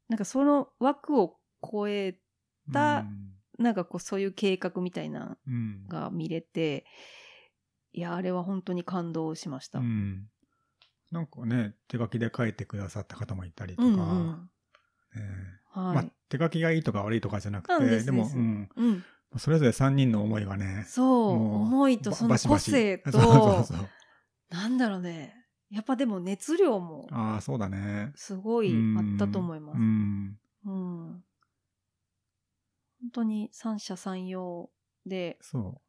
S1: なんかその枠を超え、だ
S2: うん
S1: なんかこうそういう計画みたいな
S2: うん
S1: の。が見れて、いや、あれは本当に感動しました。
S2: うん。なんかね、手書きで書いてくださった方もいたりと
S1: う
S2: か、
S1: んうん
S2: ええ
S1: は
S2: まあ
S1: い。、
S2: 手書きがいいとか悪いとかじゃなく
S1: う
S2: て、
S1: んで
S2: ですも、
S1: です
S2: うん、
S1: うん。
S2: それぞれ3人の思いがね、
S1: そう、
S2: もう
S1: 思いとその
S2: ば
S1: 個性と、
S2: バシバシ そうそうそう
S1: なんだろうね。やっぱでも熱量も
S2: ああ、そうだね。
S1: すごいあったと思います
S2: う。ん。
S1: うん。本当に三者三様で
S2: そ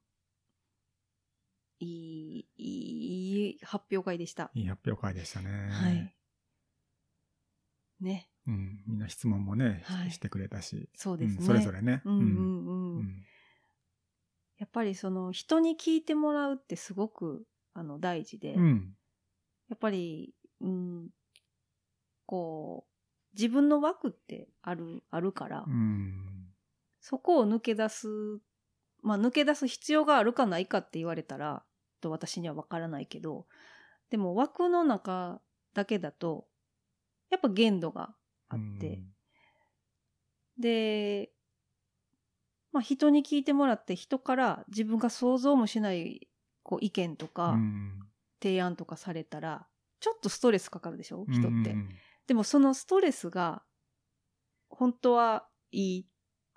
S1: いい、いい、いい発表会でした。
S2: う。いい発表会でしたね。
S1: はい。ね、
S2: うん。みんな質問もね、
S1: はい
S2: してくれたし、
S1: そう
S2: う
S1: ですね。
S2: ん、それぞれね。
S1: うんうんうん。
S2: うんうん
S1: やっぱりその人に聞いてもらうってすごくあの大事で、
S2: うん。
S1: やっぱり、うん、こう、自分の枠ってある、あるから、
S2: うん。
S1: そこを抜け出す、まあ抜け出す必要があるかないかって言われたら、ちょっと私にはわからないけど、でも枠の中だけだと、やっぱ限度があって、で、まあ人に聞いてもらって人から自分が想像もしないこう意見と
S2: う
S1: か
S2: ん、
S1: 提案とかされたら、ちょっとストレスかかるでしょ人って。
S2: うんうん
S1: でもそのストレスが本当はいいっ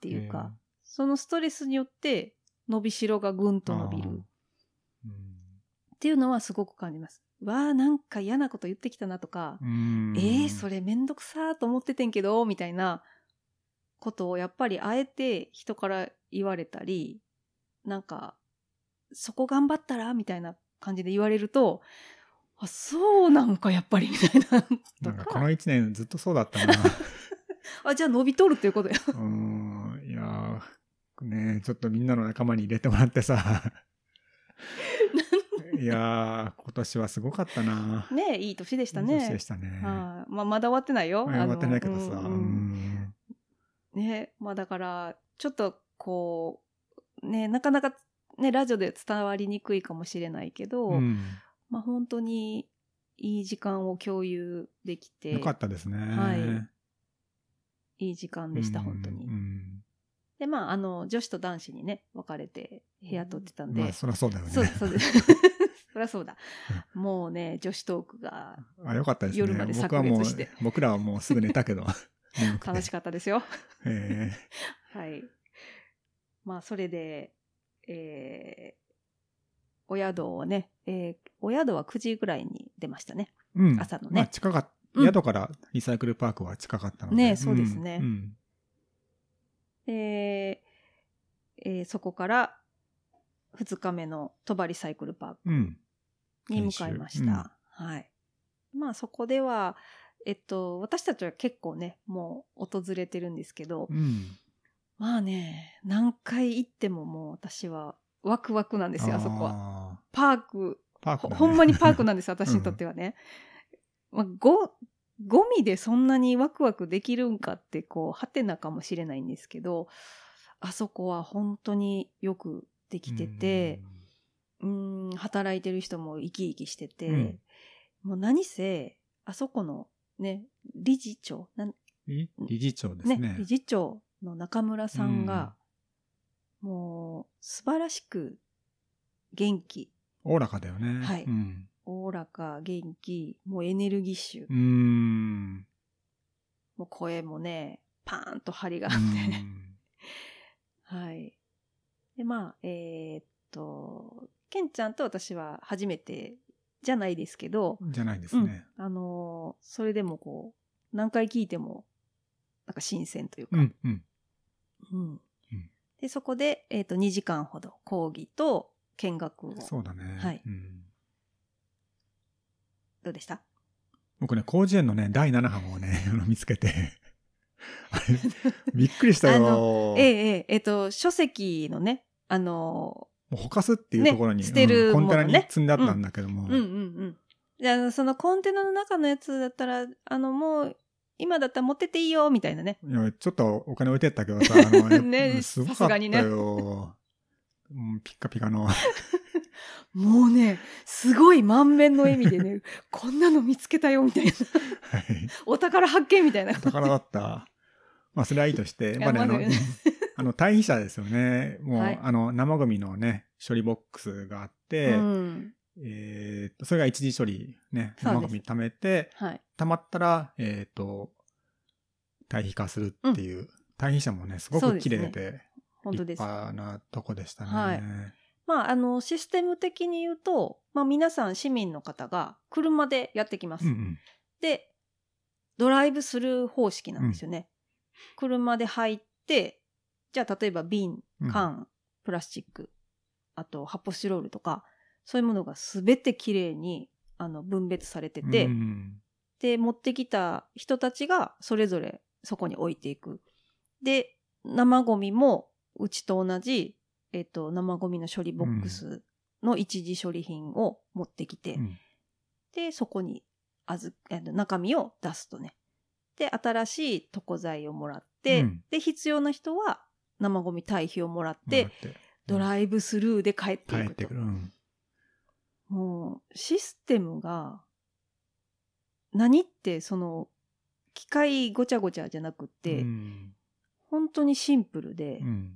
S1: ていうか、
S2: ええ
S1: そのストレスによって伸びしろがぐんと伸びる
S2: あー
S1: っ
S2: うん
S1: ていうのはすごく感じます。わあ、なんか嫌なこと言ってきたなとか、
S2: うん
S1: ええそれめんどくさーと思っててんけど、みたいなことをやっぱりあえて人から言われたり、なんか、そこ頑張ったらみたいな感じで言われると、あ、そうなんかやっぱりみたいな。
S2: なん
S1: とか
S2: かこの一年ずっとそうだ ったな。
S1: あ、じゃあ伸びとるっていうことや。
S2: うーん、いやー、ねえちょっとみんなの仲間に入れてもらってさ。いやー、今年はすごかったな。
S1: ねいい年でした
S2: いい年
S1: ね
S2: で。したね。
S1: はい。まあ、まだ終わってないよ。
S2: まあ終わってないけどさ。
S1: あの
S2: う
S1: うんうん
S2: ん
S1: ね、まあだから、ちょっとこう、ね、なかなか、ね、ラジオで伝わりにくいかもしれないけど、
S2: うん
S1: まあ本当にいい時間を共有できて、
S2: よかったですね。
S1: はいいい時間でした、
S2: うん
S1: 本当に。
S2: うん
S1: で、まあ、あの、女子と男子にね、分かれて部屋取ってたんで、
S2: まあ、そりゃそうだよね。
S1: そうです、そうです。 そりゃそうだ。もうね、女子トークが
S2: あ、よかったですね。
S1: 夜まで
S2: 僕はも
S1: 炸
S2: う
S1: 裂して、
S2: 僕らはもう すぐ寝たけど。
S1: 楽しか
S2: かっ
S1: ったですよ。
S2: た。え
S1: はい。まあ、それで、えー、お宿をね、えー、お宿は9時ぐらいに出ましたね。
S2: うん、
S1: 朝のね
S2: まあ、近かっ
S1: うん
S2: 宿からリサイクルパークは近かったので。
S1: ねそうですね
S2: うん
S1: で、えーそこから2日目の戸張サイクルパーク
S2: うん。うん
S1: に向かいまし
S2: 研修
S1: た。はい。まあそこでは、えっと、私たちは結構ね、もう訪れてるんですけど、
S2: うん。
S1: まあね、何回行ってももう私はワクワクなんですよ、あそこは。
S2: は。
S1: パーク、
S2: パーク
S1: ほ
S2: だね、
S1: ほん まにパークなんですよ、私にとってはね。まあ、ご、ゴミでそんなにワクワクできるんかって、こう、はてなかもしれないんですけど、あそこは本当によくできてて、うん、働いてる人も生き生きしてて、
S2: うん
S1: もう何せ、あそこのね、理事長、なん
S2: うん、理理事長です
S1: ね
S2: ね。
S1: 理事長の中村さんが、もう素晴らしく元気、
S2: おおらかだよね。
S1: はい
S2: うん。
S1: おおらか、元気、もうエネルギッシュ、
S2: うーん。
S1: もう声もね、パーンと張 りがあっ
S2: う
S1: て、
S2: ん
S1: はい。で、まあ、えーっと、ケンちゃんと私は初めてじゃないですけど、
S2: じゃないですね。
S1: あのーそれでもこう、何回聞いても、なんか新鮮というか、
S2: うん。うん。
S1: うん
S2: うん
S1: で、そこで、えっ、と、2時間ほど講義と見学を。
S2: そうだね。
S1: はい
S2: うん
S1: どうでした
S2: 僕ね、広辞苑のね、第7版をね、 あの見つけて、あ れ、びっくりした
S1: あ
S2: よ。
S1: の
S2: も
S1: えええええっ、と、書籍のね、あの
S2: うほかすっていうところに、
S1: ね捨てる
S2: うんコンテナ
S1: も
S2: に
S1: のね
S2: 積んであったんだけども、
S1: ー、うんうんうん。で、あの、そのコンテナの中のやつだったら、あの、もう、今だったら持ってっていいよ、みたいなね。
S2: いやちょっとお金置いてったけどさ、あの
S1: ね
S2: うんすごかった
S1: さすがにね
S2: よ。うんピッカピカの。
S1: もうね、すごい満面の笑みでね、 こんなの見つけたよ、みたいな。
S2: はい。
S1: お宝発見みたいな。
S2: 宝だった。まあ、それはいいとして、まあね、あの、
S1: いやまあね
S2: あの、堆肥車ですよね。もう、
S1: はい
S2: あの、生ゴミのね、処理ボックスがあって、
S1: うん。
S2: えーっと、それが一時処理ね、
S1: そうです
S2: 生ゴミ溜めて、
S1: はい。
S2: 溜まったら、えーっと、堆肥化するっていう、堆肥車もね、すご
S1: そう
S2: く
S1: です
S2: 綺
S1: ね
S2: 麗で、
S1: 本当
S2: 立
S1: です。
S2: 派なとこでしたね。
S1: はいまあ、あの、システム的に言うと、まあ、皆さん市民の方が車でやってきます。
S2: うんうん。
S1: で、ドライブスルー方式なんですよね。車で入って、じゃあ、例えば瓶、
S2: うん
S1: 缶、プラスチック、あと発泡スチロールとか、そういうものがすべて綺麗に、あの、分別されてて、
S2: うんうん
S1: で、持ってきた人たちがそれぞれそこに置いていく。で、生ゴミもうちと同じ、えっと、生ゴミの処理ボックスの一時処理品を持ってきて、
S2: うん
S1: で、そこにあずあの中身を出すとね。で、新しい床材をもらって、
S2: うん
S1: で、必要な人は生ゴミ堆肥をもらっ
S2: も
S1: て、
S2: らって
S1: ドライブスルーで帰っていく
S2: 帰っ
S1: と。
S2: てくる。うん
S1: もう、システムが、何って、その、機械ごちゃごちゃじゃなくて、
S2: うん
S1: 本当にシンプルで、
S2: うん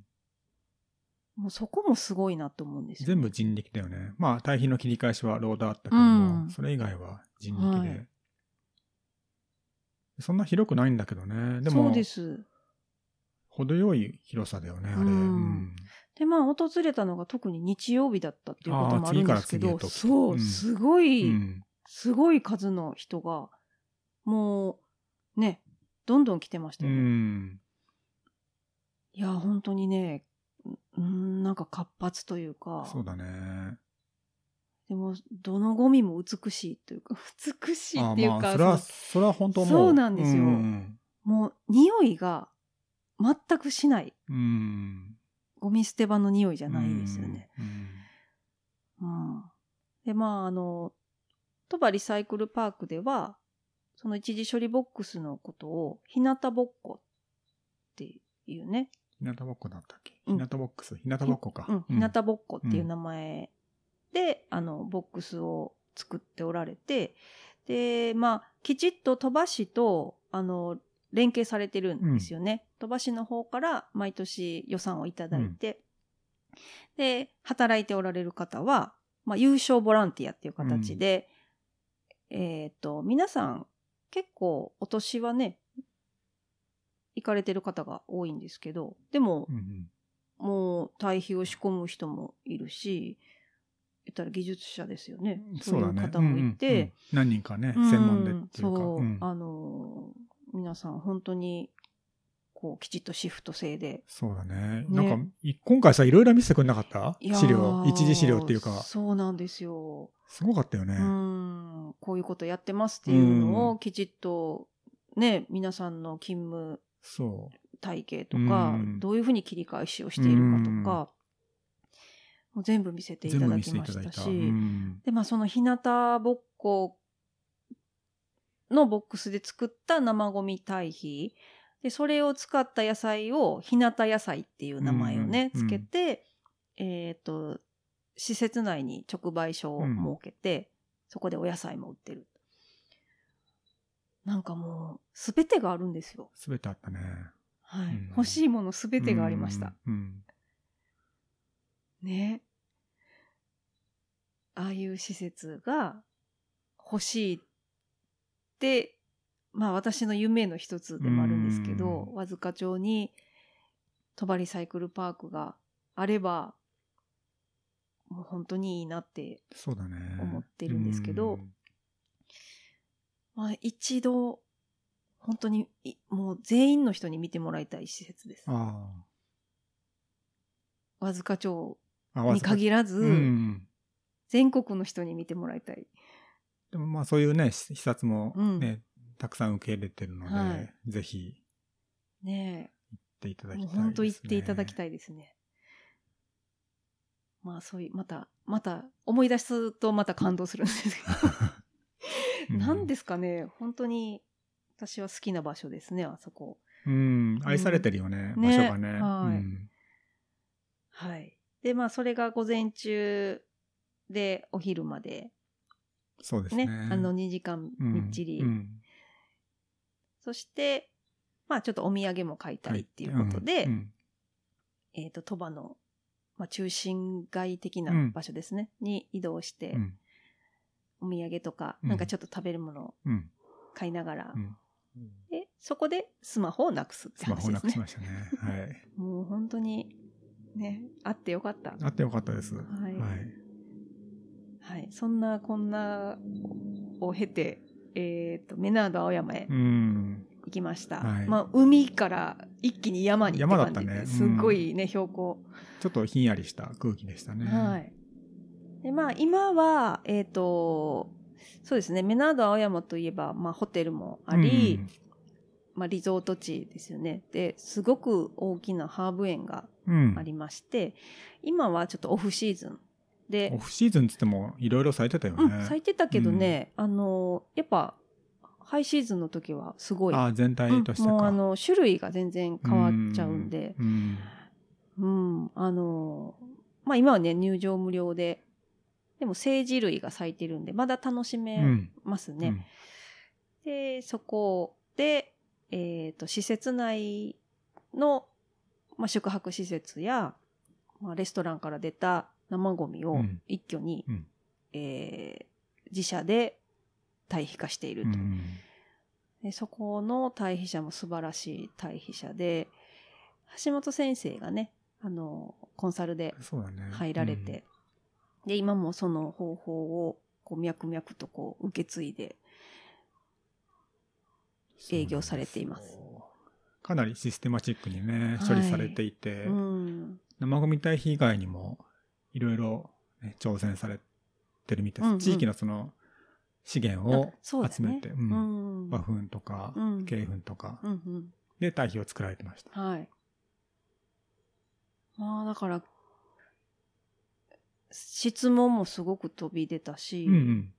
S1: もうそこもすごいなと思うんですよ。
S2: 全部人力だよね。まあ、対比の切り返しはローダーあったけども、
S1: うん
S2: それ以外は人力で、
S1: はい
S2: そんな広くないんだけどね。で
S1: そ
S2: も
S1: う、です。
S2: 程よい広さだよね、あれ。
S1: う
S2: うんん。
S1: で、まあ、訪れたのが特に日曜日だったっていうこともあるんですけ
S2: あ
S1: ど、
S2: ー次から次へと
S1: そう、
S2: うん
S1: すご
S2: う
S1: い、
S2: ん。
S1: すごい数の人が、もう、ね、どんどん来てました
S2: う
S1: よね。
S2: ん。
S1: いや、本当にね、うん、なんか活発というか、
S2: そうだね。
S1: でも、どのゴミも美しいというか、 美しい
S2: あ
S1: っていう
S2: まあ、
S1: か、
S2: それは、
S1: そ
S2: それは本当思う。
S1: そうなんですよ
S2: うん。
S1: のもう匂いが全くしない。
S2: うん
S1: ゴミ捨て場の匂いじゃないですよね。。
S2: うん
S1: うん。で、まあ、あの、鳥羽リサイクルパークでは、その一時処理ボックスのことを、日向ぼっこっていうね、
S2: 日向ぼっこだったっけ
S1: う
S2: 日
S1: ん
S2: 向ぼっこす。日向ぼっこか。
S1: うん、
S2: う
S1: 日
S2: ん
S1: 向ぼっこっていう名前で、あの、ボックスを作っておられて、で、まあ、きちっと鳥羽市と、あの、連携されてるんですよね。鳥羽市の方から毎年予算をいただいて、で、働いておられる方は、まあ、優勝ボランティアっていう形で、えっ、と、皆さん結構お年はね、行かれてる方が多いんですけど、でも
S2: うんうん
S1: もう堆肥を仕込む人もいるし言ったら技術者ですよねそういう方もいて、
S2: うんうんうん何人かね、
S1: うん
S2: 専門でっていうか。
S1: そう、
S2: うん
S1: あのー皆さん本当にこうきちっとシフト制で
S2: そうだね。
S1: ね
S2: なんか、い今回さ、いろいろ見せてくんなかった
S1: いやー
S2: 資料。一次資料っていうか、
S1: そうなんですよ、
S2: すごかったよね。
S1: うんこういうことやってますっていうの
S2: う
S1: をきちっとね皆さんの勤務
S2: そ
S1: 体系とか、
S2: うん
S1: どういうふうに切り返しをしているかとか、もう全部見せて
S2: う。
S1: いた
S2: 全部
S1: だ
S2: 見
S1: き
S2: せてい
S1: ま
S2: ただ
S1: し
S2: い
S1: た
S2: た。
S1: し、
S2: うん
S1: でまあその日向ぼっこのボックスで作った生ゴミ堆肥でそれを使った野菜を日向野菜っていう名前をね、
S2: うんうん
S1: つけて、えっ、と施設内に直売所を設けて、そこでお野菜も売ってるなんかもう全てがあるんですよ、
S2: すべてあったね。
S1: はい
S2: うん
S1: 欲しいもの全てがありました、
S2: うん。うん
S1: ねああいう施設が欲しいってまあ私の夢の一つでもあるんですけど
S2: うん
S1: 和塚町に鳥羽リサイクルパークがあればもう本当にいいなって、
S2: そうだね。
S1: 思ってるんですけど
S2: うん
S1: まあ、一度本当にいもう全員の人に見てもらいたい施設です。
S2: あ
S1: 和塚町
S2: あ。あ
S1: に限らず、
S2: うん。
S1: 全国の人に見てもらいたい。
S2: でもまあそういうね、し視察もね、たくさん受け入れてるので、
S1: はい
S2: ぜひ
S1: ねえ
S2: 行っていただきた
S1: も
S2: いうです、ね。
S1: 本当言っていただき
S2: い。
S1: たい ですね。まあそういう、また、また、思い出すとまた感動するん ですけど、何ですかね、本当に私は好きな場所ですね、あそこ。
S2: うん、愛されてるよね、
S1: うん
S2: 場所がね。
S1: ねはい
S2: うん
S1: はい。で、まあそれが午前中でお昼まで
S2: そうです
S1: ね、
S2: ね。
S1: あの2時間
S2: うん、
S1: みっちり。
S2: うん
S1: そして、まあちょっとお土産も買いたいっていうことで、
S2: うんうん
S1: えっ、と、鳥羽の、まあ、中心街的な
S2: うん
S1: 場所ですね、に移動して、
S2: うん
S1: お土産とか、
S2: うん
S1: なんかちょっと食べるものを
S2: うん
S1: 買いながら、
S2: うん
S1: でそこでスマホをなくすって
S2: スマ
S1: 話
S2: ホ
S1: で
S2: な
S1: す
S2: くし
S1: ね
S2: ま。したね。はい。
S1: もう本当にね、あってよかった。は
S2: あってよかったです。はいい。
S1: い、そんなこんなを経て、えっ、と、メナード青山へ
S2: うん。
S1: 行きました。
S2: はい
S1: まあ、海から一気に山に行って感じで、
S2: 山だったね
S1: すごいね、標高。
S2: ちょっとひんやりした空気でしたね。
S1: はい。で、まあ、今は、えっ、と、そうですね、メナード青山といえば、まあ、ホテルもあり、まあ、リゾート地ですよね。で、すごく大きなハーブ園が
S2: うん、うん
S1: ありまして、今はちょっとオフシーズンで
S2: オ、フシーズンっつってもいろいろ咲いてたよ
S1: う
S2: ね。
S1: ん、咲いてたけどね、あの、やっぱ、ハイシーズンの時はすごい、
S2: ああ、全
S1: うん
S2: 体としてか。
S1: もうあの、種類が全然変わっちゃうんで、
S2: うん、
S1: うん、あのーまあ今はね、入場無料で、でも政治類が咲いてるんで、まだ楽し
S2: う
S1: め
S2: ん。
S1: ます
S2: う
S1: ね。
S2: ん
S1: で、そこで、えっ、と、施設内の、まあ、宿泊施設や、まあ、レストランから出た生ゴミ
S2: う
S1: を
S2: ん
S1: 一挙に、
S2: うん
S1: えー自社で堆肥化していると。
S2: うん
S1: でそこの対比者も素晴らしい対比者で、橋本先生がね、あの、コンサルで
S2: そうだね。
S1: 入られて、で、今もその方法を、こう、脈々とこう、受け継いで、
S2: うん
S1: 営業されています。
S2: かなりシステマチックにね、
S1: はい
S2: 処理されていて、
S1: うん。
S2: 生ゴミ堆肥以外にもいろいろね挑戦されてるみたいです。
S1: うんうん
S2: 地域のその資源を
S1: あそうだね
S2: 集めて、う
S1: うんん。
S2: 馬糞とか、
S1: うん
S2: 鶏糞とか
S1: うんうん。
S2: で堆肥を作られてました。
S1: はい。まあ、だから、質問もすごく飛び出たし、
S2: うんうん。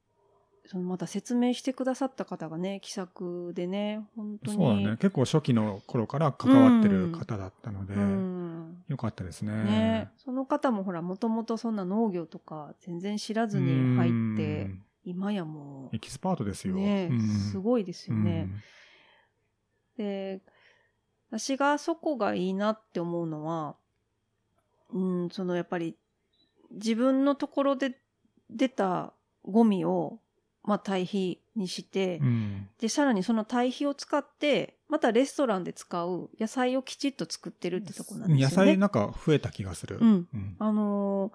S1: そのまた説明してくださった方がね、気さくでね、本当に。
S2: そうだね。結構初期の頃から関わってる方だったので、
S1: うん。
S2: よかったですね。
S1: ね、その方もほら、もともとそんな農業とか全然知らずに入って
S2: う、ん
S1: 今やも
S2: エキスパートです
S1: う、
S2: よ。
S1: ね、す
S2: い
S1: ごいですよね。で、私がそこがいいなって思うのは、うん、そのやっぱり自分のところで出たゴミを、まあ、堆肥にして、
S2: うん。
S1: で、さらにその堆肥を使って、まあまたレストランで使う野菜をきちっと作ってるってとこなんですよ
S2: 野
S1: ね。
S2: 菜なんか増えた気がする。
S1: うん
S2: うん。
S1: あのー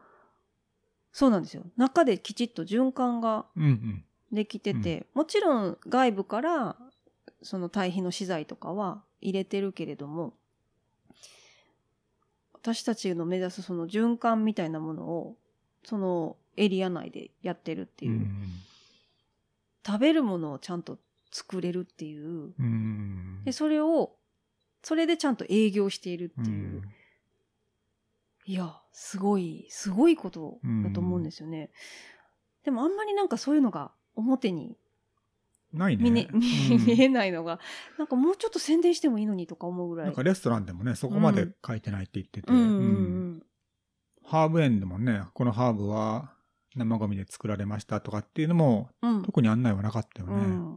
S1: そうなんですよ。中できちっと循環が
S2: うんうん。
S1: できてて、もちろん外部からその堆肥の資材とかは入れてるけれども、私たちの目指すその循環みたいなものを、そのエリア内でやってるっていう、
S2: うん
S1: 食べるものをちゃんと作れるっていう、
S2: うんうん。
S1: で、それを、それでちゃんと営業しているっていう、いや、すごい、すごいことだと思うんですよね。でもあんまりなんかそういうのが表に
S2: うんないね。
S1: 見,、ね
S2: うん
S1: 見えないのが、なんかもうちょっと宣伝してもいいのにとか思うぐらい。
S2: なんかレストランでもね、そこまで書いてないって言ってて、
S1: うんうんう
S2: うん
S1: ん。
S2: ハーブ園でもね、このハーブは生ゴミで作られましたとかっていうのも、
S1: うん。
S2: 特に案内はなかったよね。
S1: うん
S2: うん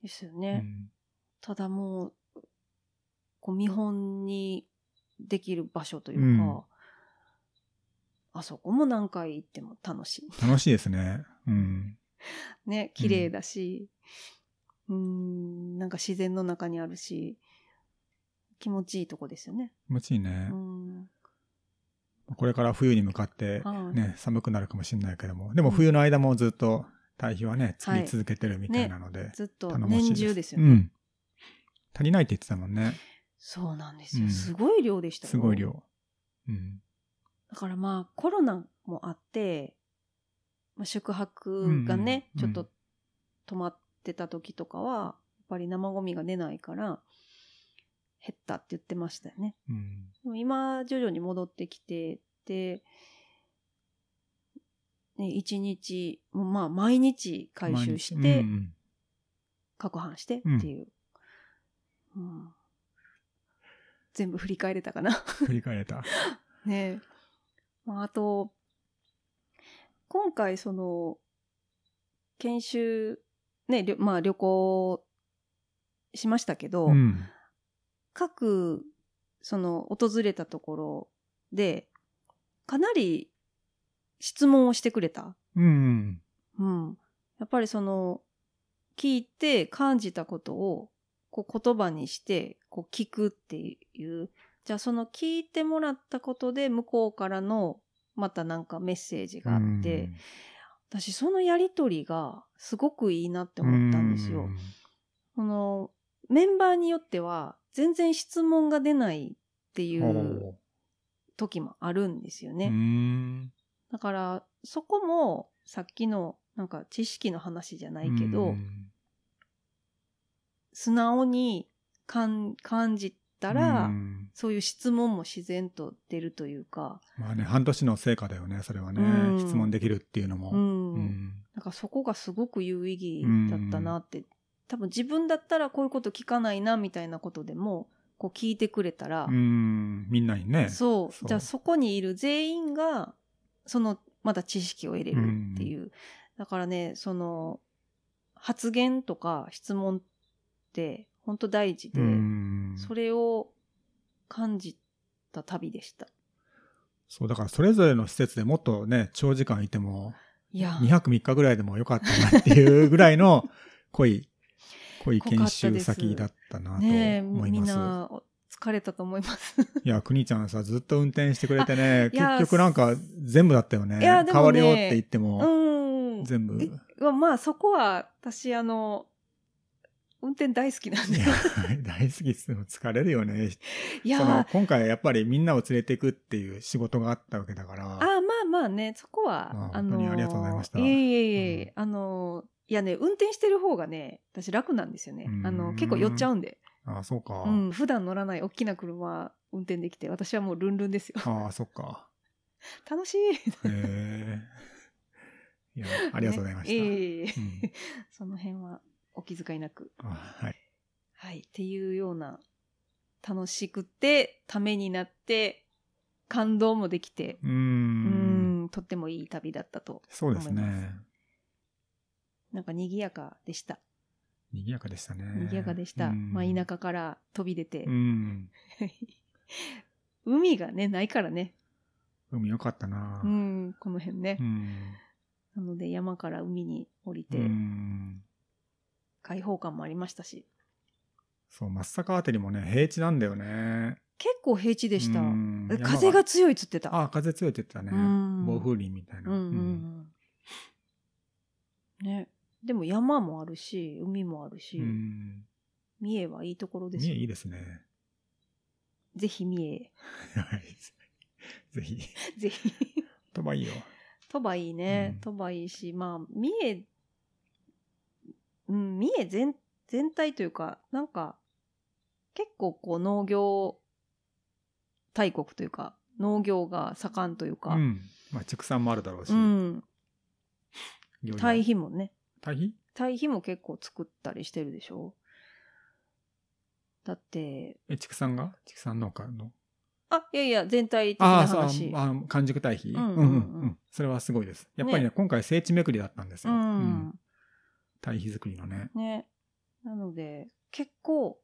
S1: ですよ
S2: う
S1: ね。
S2: ん
S1: ただもう、こう見本にできる場所というか、
S2: うん
S1: あそこも何回行っても楽し
S2: 楽しいですね。うん。
S1: い。ね、綺麗だし、うーん、なんか自然の中にあるし、気持ちいいとこですよね。
S2: 気持ちいいね
S1: う。ん。
S2: これから冬に向かって、
S1: はい
S2: ね、寒くなるかもしれないけども、でも冬の間もずっと堆肥はね、作り続けてるみたいなので、
S1: ずっと
S2: 頼もしい
S1: 年
S2: です。
S1: 中ですよね。
S2: うん。足りないって言ってたもんね。
S1: そうなんですよ。
S2: うん
S1: すごい量でしたよ。
S2: すごい。量。うん。
S1: だからまあコロナもあって、まあ、宿泊がね、
S2: うんうん
S1: ちょっと止まってた時とかは、やっぱり生ゴミが出ないから、減ったって言ってましたよね。
S2: うん。
S1: でも今、徐々に戻ってきてて、ね、一日、もうまあ毎日回収し
S2: 毎日う
S1: て
S2: んう、ん
S1: 攪拌してっていう、うん全部振り返れたかな。
S2: 振り返れた。
S1: ねえ。まあ、あと、今回その、研修、ね、りょまあ旅行しましたけど、
S2: うん。
S1: 各、その、訪れたところで、かなり質問をしてくれた。
S2: うん。
S1: うん。やっぱりその、聞いて感じたことを、こう言葉にして、こう聞くっていう。じゃあその聞いてもらったことで向こうからの、またなんかメッセージがあって、私そのやりとりがすごくいいなって
S2: うん、
S1: 思ったんですよ。この、メンバーによっては、全然質問が出ないってい
S2: うん。
S1: う時もあるんですよね。
S2: おーうん。
S1: だから、そこも、さっきの、なんか知識の話じゃないけど、
S2: うん
S1: 素直に感感じたら、
S2: うん
S1: そういう質問も自然と出るというか、
S2: まあね、半年の成果だよね、それはね。
S1: うん
S2: 質問できるっていうのも。
S1: うん
S2: うん
S1: なんかそこがすごく有意義だったなって、多分自分だったらこういうこと聞かないなみたいなことでもこう聞いてくれたら、
S2: うんみんなにね。
S1: そう
S2: そう
S1: じゃあそこにいる全員がそのまだ知識を得れるっていう、だからねその発言とか質問って本当大事で、
S2: うん
S1: それを感じた旅でした。
S2: そう、だからそれぞれの施設でもっとね、長時間いても、
S1: いや
S2: 2泊3日ぐらいでもよかったなっていうぐらいの濃い、濃い研修先だったなと
S1: ねえ、
S2: 思い
S1: みん
S2: ます。
S1: なお疲れたと思います。
S2: いや、くにちゃんさ、ずっと運転してくれて ね、
S1: いや
S2: 結局なんか全部だったよね。
S1: いやで
S2: 変
S1: も
S2: わ
S1: ね
S2: るよって言って
S1: う
S2: も、
S1: ん。
S2: 全部。い
S1: まあまあそこは私あの、運転大好きなんで。
S2: や、大好きっすよ。疲れるよね。
S1: い
S2: その
S1: や、
S2: 今回やっぱりみんなを連れていくっていう仕事があったわけだから。
S1: あまあまあね、そこは、
S2: まあ
S1: の、
S2: 本当にありがとうございました
S1: いえいえいえ、あの、いやね、運転してる方がね、私楽なんですよね
S2: う。ん
S1: あの、結構酔っちゃうんで。
S2: ああ、そうか。
S1: うん、普段乗らない大きな車運転できて、私はもうルンルンですよ。
S2: ああ、そっ か。
S1: 楽しい。
S2: へえ。いや、ありがとうございました。
S1: ねいえいえいえ
S2: うん
S1: その辺はお気遣いなく。
S2: あはい。
S1: はい。っていうような、楽しくて、ためになって、感動もできて、
S2: うー。
S1: うんん、とってもいい旅だったと。
S2: そうです
S1: 思いま
S2: ね。
S1: なんか賑やかでした。
S2: 賑やかでしたね。
S1: 賑やかでした。
S2: うん
S1: まあ、田舎から飛び出て
S2: う。ん。
S1: 海がね、ないからね。
S2: 海よかったな。
S1: う
S2: うん
S1: ん、この辺ね。なので、山から海に降り
S2: う
S1: て、
S2: ん。
S1: 開放感もありましたし。
S2: そう、松阪あたりもね、平地なんだよね。
S1: 結構平地でした
S2: う。ん
S1: え風が強いっつってた。
S2: ああ、風強いって言ってたね。
S1: うん
S2: 暴風林みたいな。
S1: うんうんうん。ね。でも山もあるし、海もあるし、
S2: うん
S1: 三重はいいところです
S2: 三重
S1: よ。
S2: いいですね。
S1: ぜひ三重。
S2: はい。ぜひ。
S1: ぜひ。
S2: とばいいよ。
S1: 鳥羽いいね
S2: うん。
S1: 鳥、羽、いいし、まあ、三重、うん、三重全、全体というか、なんか、結構こう農業大国というか、農業が盛んという
S2: う
S1: か、
S2: ん。まあ、畜産もあるだろうし。
S1: うん、
S2: いろいろ
S1: 堆、肥もね、
S2: 堆肥
S1: 堆肥も結構作ったりしてるでしょだって、
S2: え、畜産が畜産農家の。
S1: あ、いやいや、全体的
S2: あ
S1: な
S2: あ、そう、
S1: 話。
S2: あ完熟堆肥。
S1: う
S2: う
S1: う
S2: んんう
S1: う
S2: んん
S1: ん
S2: うん。それはすごいです。やっぱりね、
S1: ね
S2: 今回聖地巡りだったんです
S1: う
S2: よ。
S1: ん、
S2: うん堆肥作りのね。
S1: ね。なので、結構、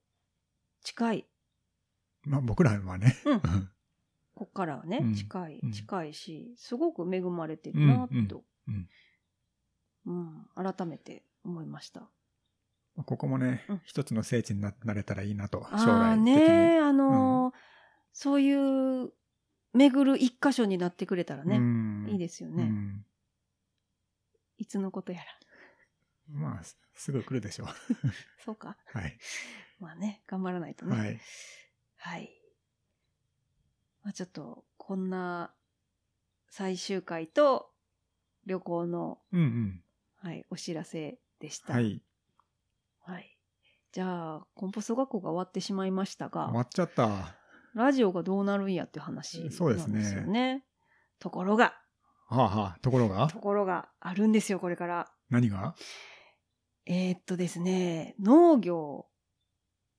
S1: 近い。
S2: まあ、僕らはね。
S1: うんこっからはね、
S2: うん
S1: 近い
S2: うん
S1: 近いしすごく恵まれてるなと、
S2: うんうん
S1: うん改めて思いました
S2: ここもね
S1: うん、
S2: 一つの聖地にななれたらいいなと、将
S1: ああ
S2: 来的
S1: ね
S2: に。
S1: あのーそういう巡る一箇所になってくれたらね、いい
S2: い
S1: ですよ
S2: す
S1: ね、いつのことやら
S2: まあ、すすぐ来るで しょう。
S1: そうか
S2: はい。
S1: まあね頑張らないとね
S2: はい。
S1: はいまあ、ちょっとこんな最終回と旅行の、
S2: うんうん。
S1: はい、お知らせでした、
S2: はい。
S1: はい。じゃあ、コンポスト学校が終わってしまいました
S2: 終わ
S1: が、
S2: っちゃった。
S1: ラジオがどうなるんやっていう話なんです
S2: そう
S1: よ
S2: で
S1: ね。
S2: すね
S1: ところが、
S2: はあはあ、ところが
S1: ところがあるんですよ、これから。
S2: 何が
S1: えーっとですね、農業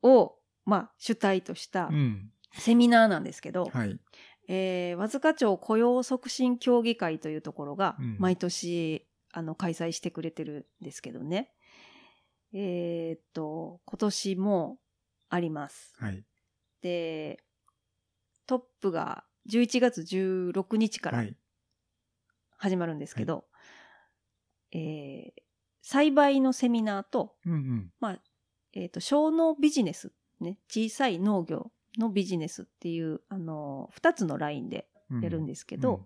S1: を、まあ、主体とした
S2: うん。
S1: セミナーなんですけど、
S2: はい。
S1: えー、和塚町雇用促進協議会というところが
S2: うん
S1: 毎年、あの開催してくれてるんですけどね。えーっと、今年もあります。
S2: はい。
S1: で、トップが11月16日か
S2: は
S1: ら
S2: い。
S1: 始まるんですけど、えー栽培のセミナーと、
S2: うんうん。
S1: まあ、えっ、と、小農ビジネス、ね、小さい農業のビジネスっていう、あのー、2つのラインで
S2: うん
S1: やるんですけど、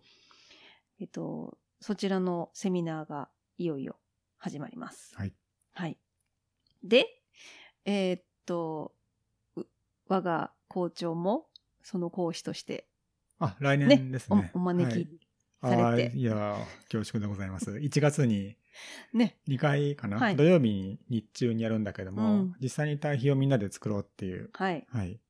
S1: えっと、そちらのセミナーがいよいよ始まります。
S2: はい。
S1: はい。で、えーっと、う我が校長も、その講師として
S2: あ、来年です
S1: お
S2: ね。
S1: お招き、
S2: はい
S1: されて
S2: あーいやー、恐縮でございます。1月に
S1: ね、
S2: 2回かな、
S1: はい
S2: 土曜日に日中にやるんだけども、
S1: うん
S2: 実際に対比をみんなで作ろうっていう、
S1: はい。
S2: はい。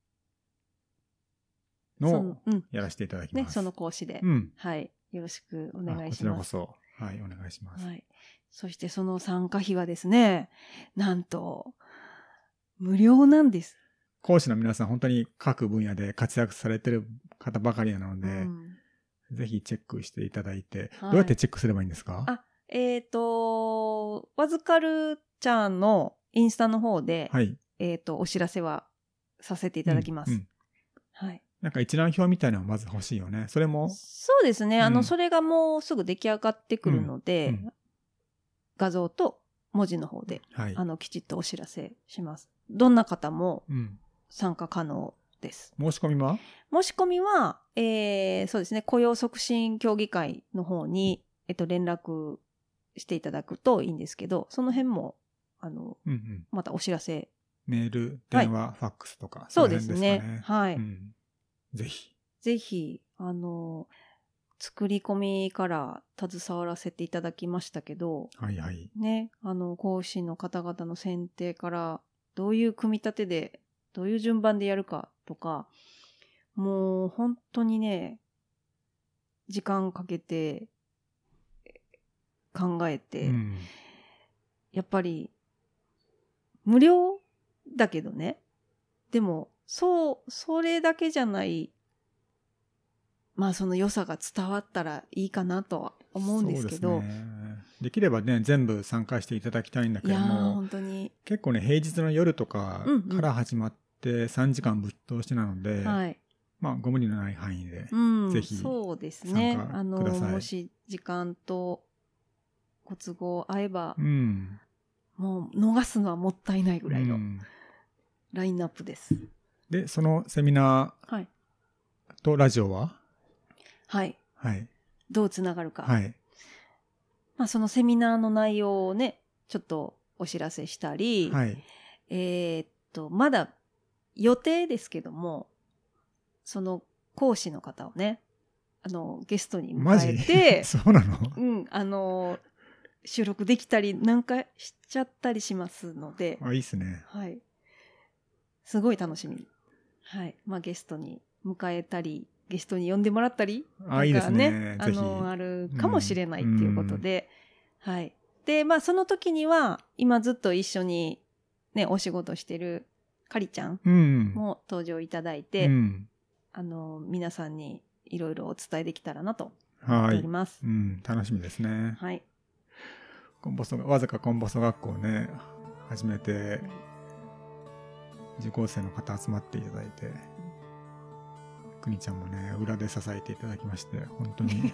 S1: そ
S2: の
S1: の、うん、
S2: やらせていただきます。
S1: ね、その講師で、
S2: うん。
S1: はい。よろしくお願
S2: あ
S1: い
S2: こ
S1: し
S2: ちら
S1: ま
S2: こ
S1: す。
S2: そ、はい、お願いします。
S1: はい。そしてその参加費はですね、なんと、無料なんです。
S2: 講師の皆さん、本当に各分野で活躍されてる方ばかりなので、
S1: うん
S2: ぜひチェックしていただいて、
S1: はい
S2: どうやってチェックすればいいんですか
S1: あ、えっ、と、わずかるちゃんのインスタの方で、
S2: はい。
S1: えっ、と、お知らせはさせていただきます。
S2: うんうん
S1: はい。
S2: なんか一覧表みたいなのまず欲しいよね。それも、
S1: そうですね。あの、
S2: うん
S1: それがもうすぐ出来上がってくるので、
S2: うんうん
S1: 画像と文字の方で、
S2: はい
S1: あ。の、きちっとお知らせします。どんな方も
S2: うん。
S1: 参加可能です。
S2: 申し込みは
S1: 申し込みは、えー、そうですね、雇用促進協議会の方に、えっと、連絡していただくといいんですけど、その辺も、あの、
S2: うんうん。
S1: またお知らせ。
S2: メール、
S1: はい
S2: 電話、ファックスとか、
S1: そう
S2: の
S1: で
S2: 辺
S1: すね。はい。
S2: うん。ぜひ。
S1: ぜひ、あの、作り込みから携わらせていただきましたけど、
S2: はいはい。
S1: ね、あの、講師の方々の選定から、どういう組み立てで、どういう順番でやるかとか、もう本当にね、時間かけて、考えて、
S2: うん。
S1: やっぱり、無料だけどね。でも、そう、それだけじゃない、まあその良さが伝わったらいいかなとは思うんですけ
S2: そ
S1: ど、
S2: うですねできればね、全部参加していただきたいんだけ
S1: い
S2: ど
S1: やー、
S2: も、
S1: 本当に、
S2: 結構ね、平日の夜とか
S1: うんうん
S2: から始まって3時間ぶっ通しなので、
S1: はい。
S2: まあ、ご無理のない範囲で。
S1: うん、
S2: ぜひ
S1: そうですね。
S2: 参加
S1: あの、
S2: ください
S1: もし時間とご都合合えば
S2: う、ん。
S1: もう逃すのはもったいないぐらいの、
S2: うん
S1: ラインナップです。
S2: で、そのセミナ
S1: はい。
S2: ーとラジオは
S1: はい。
S2: はい。
S1: どうつながるか。
S2: はい。
S1: まあ、そのセミナーの内容をね、ちょっとお知らせしたり、
S2: はい。
S1: えーっと、まだ予定ですけども、その講師の方をね、あの、ゲストに
S2: マ
S1: 迎
S2: ジ、
S1: えて
S2: そうなの
S1: うん、あの、収録できたり、なんかしちゃったりしますので、
S2: あ、いいっすね。
S1: はい。すごい楽しみ。はい。まあ、ゲストに迎えたり、ゲストに呼んでもらったり、
S2: あ、いいですね。
S1: あ
S2: ぜひ。
S1: の、あるかもしれないっていうことで、はい。で、まあ、その時には、今ずっと一緒にね、お仕事してるかりちゃん
S2: うん。
S1: も登場いただいうて、
S2: ん。
S1: あの、皆さんにいろいろお伝えできたらなと思っ
S2: は
S1: ており
S2: い。
S1: ます
S2: う。ん、楽しみですね。
S1: はい。
S2: コンボソ、わずかコンボソ学校ね、初めて受講生の方集まっていただいて、くにちゃんもね、裏で支えていただきまして、本 当に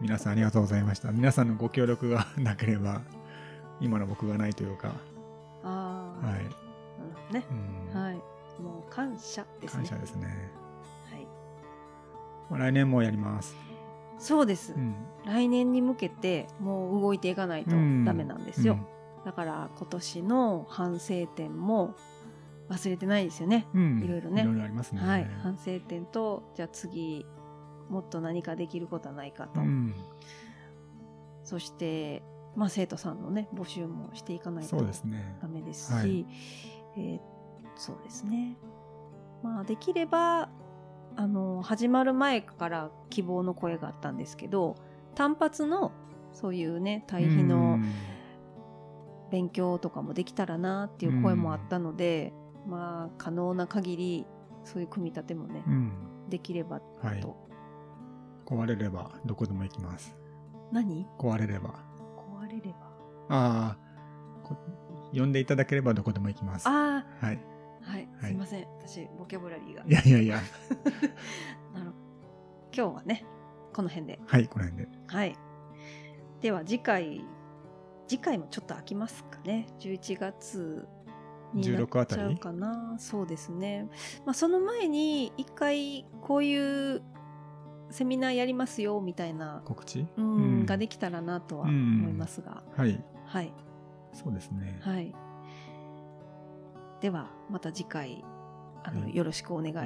S2: 皆さんありがとうございました。皆さんのご協力が なければ、今の僕がないというか、
S1: ああ、
S2: はい。
S1: なるほどね。
S2: うん
S1: はい。もう感謝ですね。
S2: 感謝ですね。
S1: はい。
S2: まあ来年もやります。
S1: そうです。
S2: うん。
S1: 来年に向けて、もう動いていかないとダ
S2: うん
S1: メなんですよ。だから今年の反省点も忘れてないですよね。
S2: うん。うん
S1: いろいろね
S2: いろいろありますね。
S1: はい、反省点とじゃあ次もっと何かできることはないかと、
S2: うん。
S1: そして、まあ、生徒さんのね募集もしていかないと
S2: そうですね。
S1: ダメですし
S2: はい
S1: えーそうですね、まあ、できればあの始まる前から希望の声があったんですけど単発のそういうね対比の
S2: うん
S1: 勉強とかもできたらなっていう声もあったので、まあ可能な限りそういう組み立てもね、
S2: うん。
S1: できれば
S2: はい
S1: と。
S2: 壊れれば、どこでも行きます。
S1: 何
S2: 壊れれば。
S1: 壊れれば
S2: ああ、こ呼んでいただければどこでも行きます。は
S1: あ
S2: い。
S1: あはい、
S2: はい
S1: すいません私ボキャブラリーが
S2: いやいやいや、
S1: なる今日はねこの辺で
S2: はい、この辺で。
S1: はいでは次回次回もちょっと空きますかね11月になっ
S2: 16あ
S1: ち
S2: た
S1: ゃう
S2: り
S1: かなそうですね、まあ、その前に一回こういうセミナーやりますよみたいな
S2: 告知
S1: うん、
S2: うん
S1: ができたらなとは思いますが、
S2: はい。
S1: はい
S2: そうですね。
S1: はい。では、また次回、あの、
S2: はい
S1: よろしくお願
S2: よ